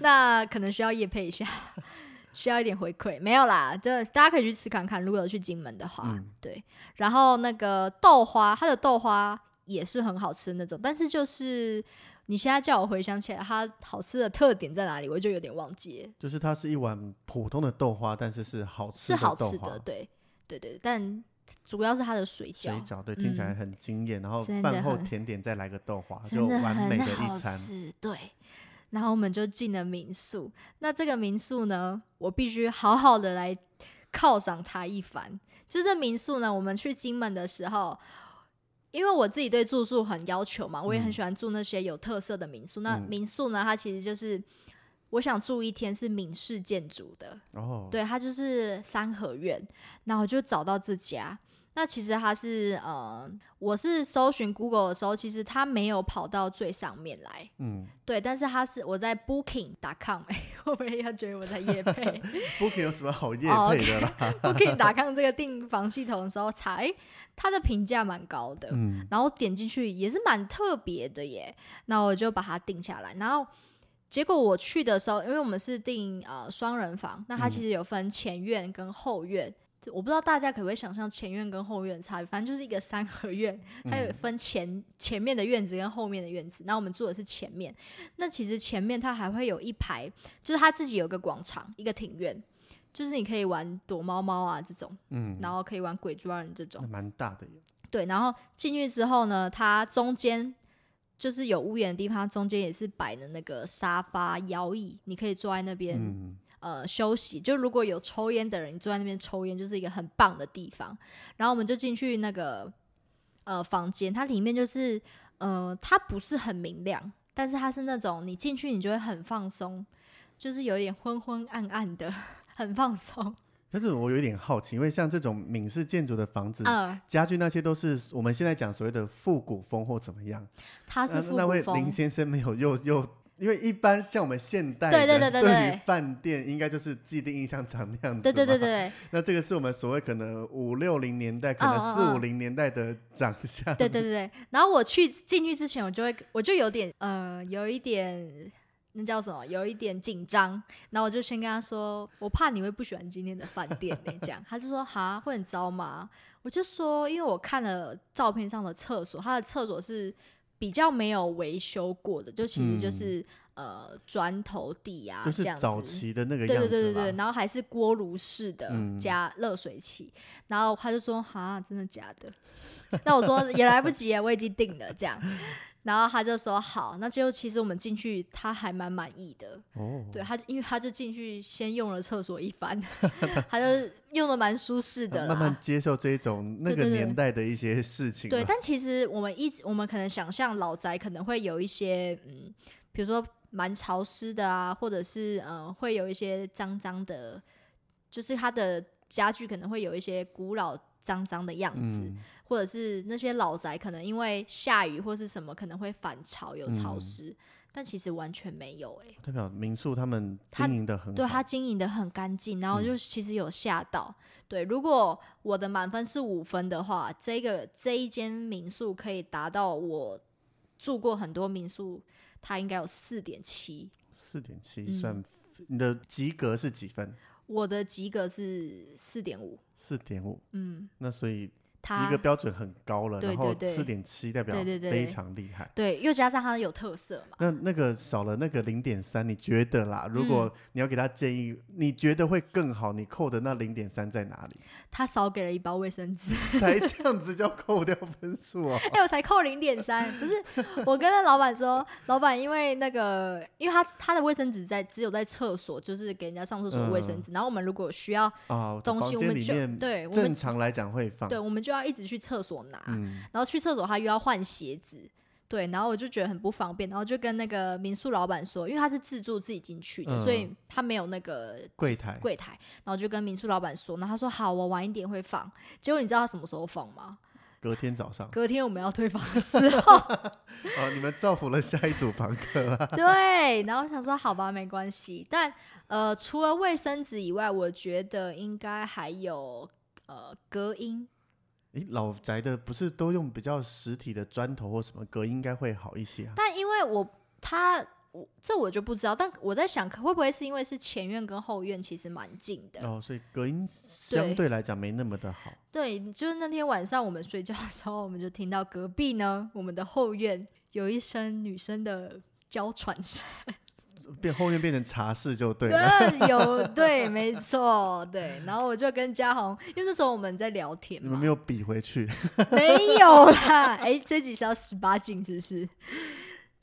Speaker 1: 那可能需要业配一下， 需要一点回馈。没有啦，这大家可以去吃看看，如果有去金门的话，
Speaker 2: 嗯
Speaker 1: 对。然后那个豆花，它的豆花也是很好吃的那种，但是就是你现在叫我回想起来它好吃的特点在哪里，我就有点忘记了，
Speaker 2: 就是它是一碗普通的豆花，但是是好吃
Speaker 1: 是
Speaker 2: 的
Speaker 1: 好
Speaker 2: 豆
Speaker 1: 吃
Speaker 2: 花
Speaker 1: 的，。对对对，但主要是它的水
Speaker 2: 水
Speaker 1: 饺。
Speaker 2: 饺对，听起来
Speaker 1: 嗯
Speaker 2: 很惊艳。然后
Speaker 1: 真的
Speaker 2: 饭后
Speaker 1: 很
Speaker 2: 甜点再来个豆花，就
Speaker 1: 真的
Speaker 2: 完美
Speaker 1: 很
Speaker 2: 的
Speaker 1: 好
Speaker 2: 一餐。
Speaker 1: 吃，对。然后我们就进了民宿，那这个民宿呢，我必须好好的来犒赏它一番。就这民宿呢，我们去金门的时候，因为我自己对住宿很要求嘛，我也很喜欢住那些有特色的民宿。那
Speaker 2: 嗯
Speaker 1: 民宿呢，它其实就是我想住一天是闽式建筑的，
Speaker 2: 哦，
Speaker 1: 对，它就是三合院，然后我就找到这家。那其实它是呃，我是搜寻 Google 的时候，其实它没有跑到最上面来，
Speaker 2: 嗯
Speaker 1: 对，但是它是我在 Booking.com，哎、 我们要觉得我在夜配
Speaker 2: ，Booking 有什么好夜
Speaker 1: 哦
Speaker 2: 配的啦？
Speaker 1: Booking.com 这个订房系统的时候查，哎、它的评价蛮高的，
Speaker 2: 嗯，
Speaker 1: 然后点进去也是蛮特别的耶，那我就把它定下来。然后结果我去的时候，因为我们是订呃双人房，那它
Speaker 2: 嗯
Speaker 1: 其实有分前院跟后院。就我不知道大家可不可以想象前院跟后院的差别，反正就是一个三合院，它有分前、前面的院子跟后面的院子。那我们住的是前面，那其实前面它还会有一排，就是它自己有个广场，一个庭院，就是你可以玩躲猫猫啊这种，
Speaker 2: 嗯，
Speaker 1: 然后可以玩鬼抓人这种
Speaker 2: 那。蛮大的耶。
Speaker 1: 对，然后进去之后呢，它中间就是有屋檐的地方，它中间也是摆的那个沙发、摇椅，你可以坐在那边、
Speaker 2: 嗯，
Speaker 1: 呃休息。就如果有抽烟的人，你坐在那边抽烟就是一个很棒的地方。然后我们就进去那个呃房间，它里面就是呃它不是很明亮，但是它是那种你进去你就会很放松，就是有点昏昏暗暗的， 很放松。
Speaker 2: 但是我有点好奇，因为像这种闽式建筑的房子，
Speaker 1: 嗯、
Speaker 2: 家具那些都是我们现在讲所谓的复古风或怎么样。
Speaker 1: 它是
Speaker 2: 那
Speaker 1: 复
Speaker 2: 那
Speaker 1: 古
Speaker 2: 位
Speaker 1: 风
Speaker 2: 林。先生没有又又因为一般像我们现代
Speaker 1: 对对
Speaker 2: 人
Speaker 1: 对对
Speaker 2: 对于
Speaker 1: 对
Speaker 2: 饭店应该就是既定印象长那样子，
Speaker 1: 对对对。对
Speaker 2: 那这个是我们所谓可能五六零年代，可
Speaker 1: 嗯
Speaker 2: 能
Speaker 1: 嗯
Speaker 2: 四
Speaker 1: 嗯
Speaker 2: 五零年代的长相，
Speaker 1: 对对对对。然后我去进去之前，我就会我就有点呃有一点。那叫什么？有一点紧张，然后我就先跟他说，我怕你会不喜欢今天的饭店呢、这样，他就说哈，会很糟吗？我就说，因为我看了照片上的厕所，他的厕所是比较没有维修过的，就其实就
Speaker 2: 嗯
Speaker 1: 是、呃砖头地啊，
Speaker 2: 就是
Speaker 1: 这样子。
Speaker 2: 早期的那个
Speaker 1: 对
Speaker 2: 样
Speaker 1: 对对
Speaker 2: 子
Speaker 1: 对对，
Speaker 2: 啦。
Speaker 1: 然后还是锅炉式的
Speaker 2: 嗯
Speaker 1: 加热水器，然后他就说哈，真的假的？ 那我说也来不及了，我已经定了这样。然后他就说好，那就其实我们进去，他还蛮满意的。
Speaker 2: 哦，
Speaker 1: 对，他就因为他就进去先用了厕所一番， 他就用的蛮舒适的啦。
Speaker 2: 慢慢接受这种那
Speaker 1: 对
Speaker 2: 个
Speaker 1: 对对
Speaker 2: 年代的一些事情啊
Speaker 1: 对，
Speaker 2: 啦。
Speaker 1: 但其实我们一直我们可能想象老宅可能会有一些嗯，比如说蛮潮湿的啊，或者是嗯会有一些脏脏的，就是它的家具可能会有一些古老脏脏的样子，
Speaker 2: 嗯，
Speaker 1: 或者是那些老宅可能因为下雨或是什么可能会反潮有潮
Speaker 2: 嗯
Speaker 1: 湿，但其实完全没有哎、
Speaker 2: 代表民宿他们
Speaker 1: 他
Speaker 2: 经营的很好，
Speaker 1: 对它经营的很干
Speaker 2: 嗯
Speaker 1: 净，然后就其实有吓到。对，如果我的满分是五分的话，这个这一间民宿可以达到我住过很多民宿，它应该有四点七。
Speaker 2: 四点七
Speaker 1: 嗯
Speaker 2: 算、你的及格是几分？
Speaker 1: 我的及格是四点五，
Speaker 2: 四点五，
Speaker 1: 嗯，
Speaker 2: 那所以及
Speaker 1: 它
Speaker 2: 格标准很高了，
Speaker 1: 对
Speaker 2: 然后
Speaker 1: 对对
Speaker 2: 四点七代表
Speaker 1: 对对对
Speaker 2: 非常厉害。
Speaker 1: 对，又加上它有特色嘛，
Speaker 2: 那那个少了那个零点三，你觉得啦？
Speaker 1: 嗯
Speaker 2: 如果你要给他建议，你觉得会更好？你扣的那零点三在哪里？
Speaker 1: 它少给了一包卫生纸，
Speaker 2: 才这样子就要扣掉分数哦。
Speaker 1: 哎、我才扣零点三，不是，我跟那老板说，老板因为那个，因为他他的卫生纸在只有在厕所，就是给人家上厕所的卫
Speaker 2: 嗯
Speaker 1: 生纸，然后我们如果需要
Speaker 2: 啊，
Speaker 1: 东
Speaker 2: 房
Speaker 1: 西，我
Speaker 2: 间
Speaker 1: 们
Speaker 2: 里
Speaker 1: 就
Speaker 2: 面
Speaker 1: 对，我
Speaker 2: 正
Speaker 1: 们
Speaker 2: 常来讲会放。
Speaker 1: 对，啊我们就要一直去厕所拿，
Speaker 2: 嗯，
Speaker 1: 然后去厕所他又要换鞋子，对，然后我就觉得很不方便，然后就跟那个民宿老板说，因为他是自助自己进去的，所以
Speaker 2: 嗯
Speaker 1: 他没有那个
Speaker 2: 柜台
Speaker 1: 柜台，然后就跟民宿老板说，然后他说好，我晚一点会放，结果你知道他什么时候放吗？
Speaker 2: 隔天早上
Speaker 1: 隔天我们要退房的时 候，
Speaker 2: 啊，你们造福了下一组房客 啊。
Speaker 1: 对，然后我想说好吧，没关系，但呃，除了卫生纸以外，我觉得应该还有呃隔音。
Speaker 2: 诶，老宅的不是都用比较实体的砖头或什么隔音，应该会好一些啊。
Speaker 1: 但因为我他我这我就不知道，但我在想，可会不会是因为是前院跟后院其实蛮近的？
Speaker 2: 哦，所以隔音相
Speaker 1: 对
Speaker 2: 对来讲没那么的好。
Speaker 1: 对，就是那天晚上我们睡觉的时候，我们就听到隔壁呢，我们的后院有一声女生的娇喘声。
Speaker 2: 变后面变成茶室就对了。
Speaker 1: 对，有对，没错，对。然后我就跟嘉宏，因为那时候我们在聊天
Speaker 2: 你们
Speaker 1: 嘛
Speaker 2: 没，有比回去，
Speaker 1: 没有啦，哎、这集是要十八禁是不是？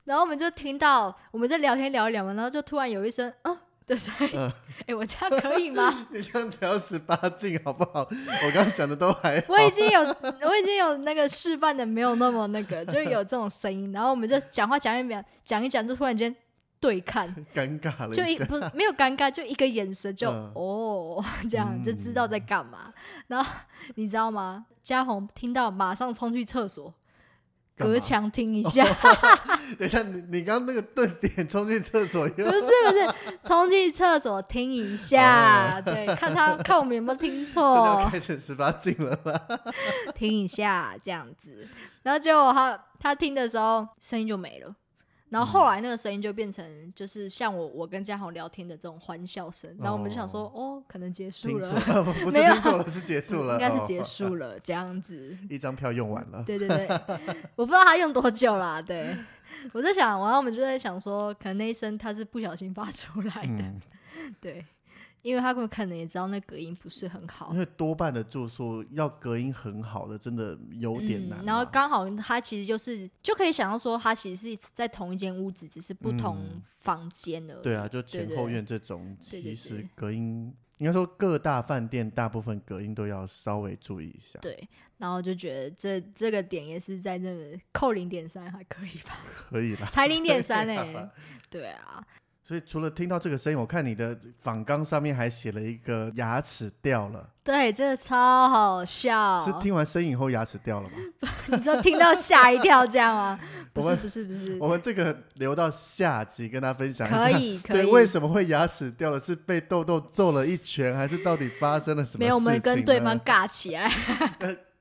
Speaker 1: 然后我们就听到我们在聊天聊一聊嘛，然后就突然有一声嗯的声音，哎、我这样可以吗？
Speaker 2: 你这样才要十八禁好不好？我刚刚讲的都还好
Speaker 1: 我已经有，我已经有那个示范的没有那么那个，就有这种声音，然后我们就讲话讲一讲，讲一讲，就突然间 对看，
Speaker 2: 尴尬了
Speaker 1: 就一
Speaker 2: 下。
Speaker 1: 不是没有尴尬，就一个眼神就、
Speaker 2: 嗯
Speaker 1: 哦，这样就知道在干嘛。然后你知道吗？嘉宏听到马上冲去厕所，
Speaker 2: 干嘛
Speaker 1: 隔墙听 一下，
Speaker 2: 等一下，你你刚刚那个顿点冲进厕所
Speaker 1: 不
Speaker 2: 又
Speaker 1: 是不是，冲去厕所听一下， 对，看他看我们有没有
Speaker 2: 哦
Speaker 1: 听
Speaker 2: 真的
Speaker 1: 错
Speaker 2: 要。开始十八禁了啦。
Speaker 1: 听一下这样子。然后结果他他听的时候声音就没了，然
Speaker 2: 嗯
Speaker 1: 后后来那个声音就变成就是像我我跟嘉豪聊天的这种欢笑声，然后我们就想说哦，可能结束
Speaker 2: 听错
Speaker 1: 了，
Speaker 2: 了，不是
Speaker 1: 没有
Speaker 2: 听错了，是结束了，
Speaker 1: 应该是
Speaker 2: 哦
Speaker 1: 结。束了这样子。
Speaker 2: 一张票用完了，
Speaker 1: 对对对，我不知道他用多久啦，对。我在想，然后我们就在想说，可能那一声他是不小心发出来的，
Speaker 2: 嗯，
Speaker 1: 对，因为他可能也知道那隔音不是很好
Speaker 2: 因，为多半的住宿要隔音很好的，真的有点难啊。
Speaker 1: 嗯。然后刚好他其实就是就可以想象说，他其实是在同一间屋子，只是不同
Speaker 2: 嗯
Speaker 1: 房间而已。
Speaker 2: 对啊，就前
Speaker 1: 对
Speaker 2: 后
Speaker 1: 对
Speaker 2: 院这种，
Speaker 1: 对
Speaker 2: 其
Speaker 1: 对
Speaker 2: 实
Speaker 1: 对
Speaker 2: 隔音应该说各大饭店大部分隔音都要稍微注意一下。
Speaker 1: 对然后就觉得这这个点也是在那个扣零点三还可以吧，
Speaker 2: 可以啦，
Speaker 1: 才零点三欸
Speaker 2: 对啊
Speaker 1: 哎，对啊。
Speaker 2: 所以除了听到这个声音，我看你的访纲上面还写了一个牙齿掉了，
Speaker 1: 对，真的超好笑
Speaker 2: 是。听完声音以后牙齿掉了吗？
Speaker 1: 你就听到吓一跳这样吗？不
Speaker 2: 我
Speaker 1: 是
Speaker 2: 们
Speaker 1: 不是不是，
Speaker 2: 我们这个留到下集跟大家分享一下。
Speaker 1: 嗯可 以可
Speaker 2: 对，为
Speaker 1: 以。
Speaker 2: 什么会牙齿掉了？是被豆豆揍了一拳，还是到底发生了什么事情呢？
Speaker 1: 没有，我们跟对方尬起来，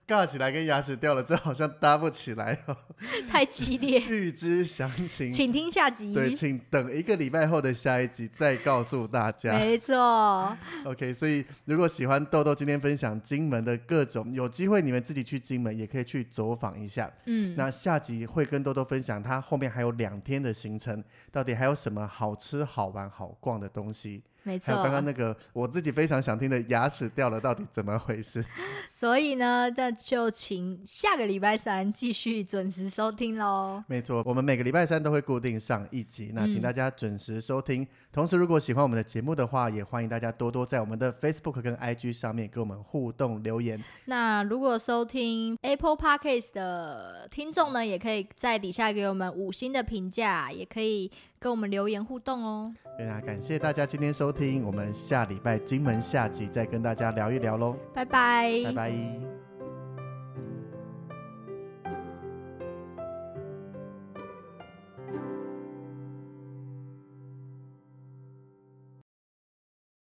Speaker 2: 尬起来，跟牙齿掉了，这好像搭不起来哦。
Speaker 1: 太激烈。
Speaker 2: 预知详情，
Speaker 1: 请听下集。
Speaker 2: 对，请等一个礼拜后的下一集再告诉大家。
Speaker 1: 没错，
Speaker 2: OK，所以如果喜欢豆豆今天分享金门的各种，有机会你们自己去金门也可以去走访一下。
Speaker 1: 嗯，
Speaker 2: 那下集会跟豆豆分享他后面还有两天的行程，到底还有什么好吃、好玩、好逛的东西。
Speaker 1: 没
Speaker 2: 还有
Speaker 1: 错。
Speaker 2: 刚刚那个我自己非常想听的牙齿掉了到底怎么回事？
Speaker 1: 所以呢，那就请下个礼拜三继续准时收听喽。
Speaker 2: 没错，我们每个礼拜三都会固定上一集，那请
Speaker 1: 嗯
Speaker 2: 大家准时收听。同时，如果喜欢我们的节目的话，也欢迎大家多多在我们的 Facebook 跟 IG 上面跟我们互动留言。
Speaker 1: 那如果收听 Apple Podcast 的听众呢，也可以在底下给我们五星的评价，也可以跟我们留言互动哦。
Speaker 2: 对啊，感谢大家今天收听，我们下礼拜金门下集再跟大家聊一聊喽，
Speaker 1: 拜拜，
Speaker 2: 拜拜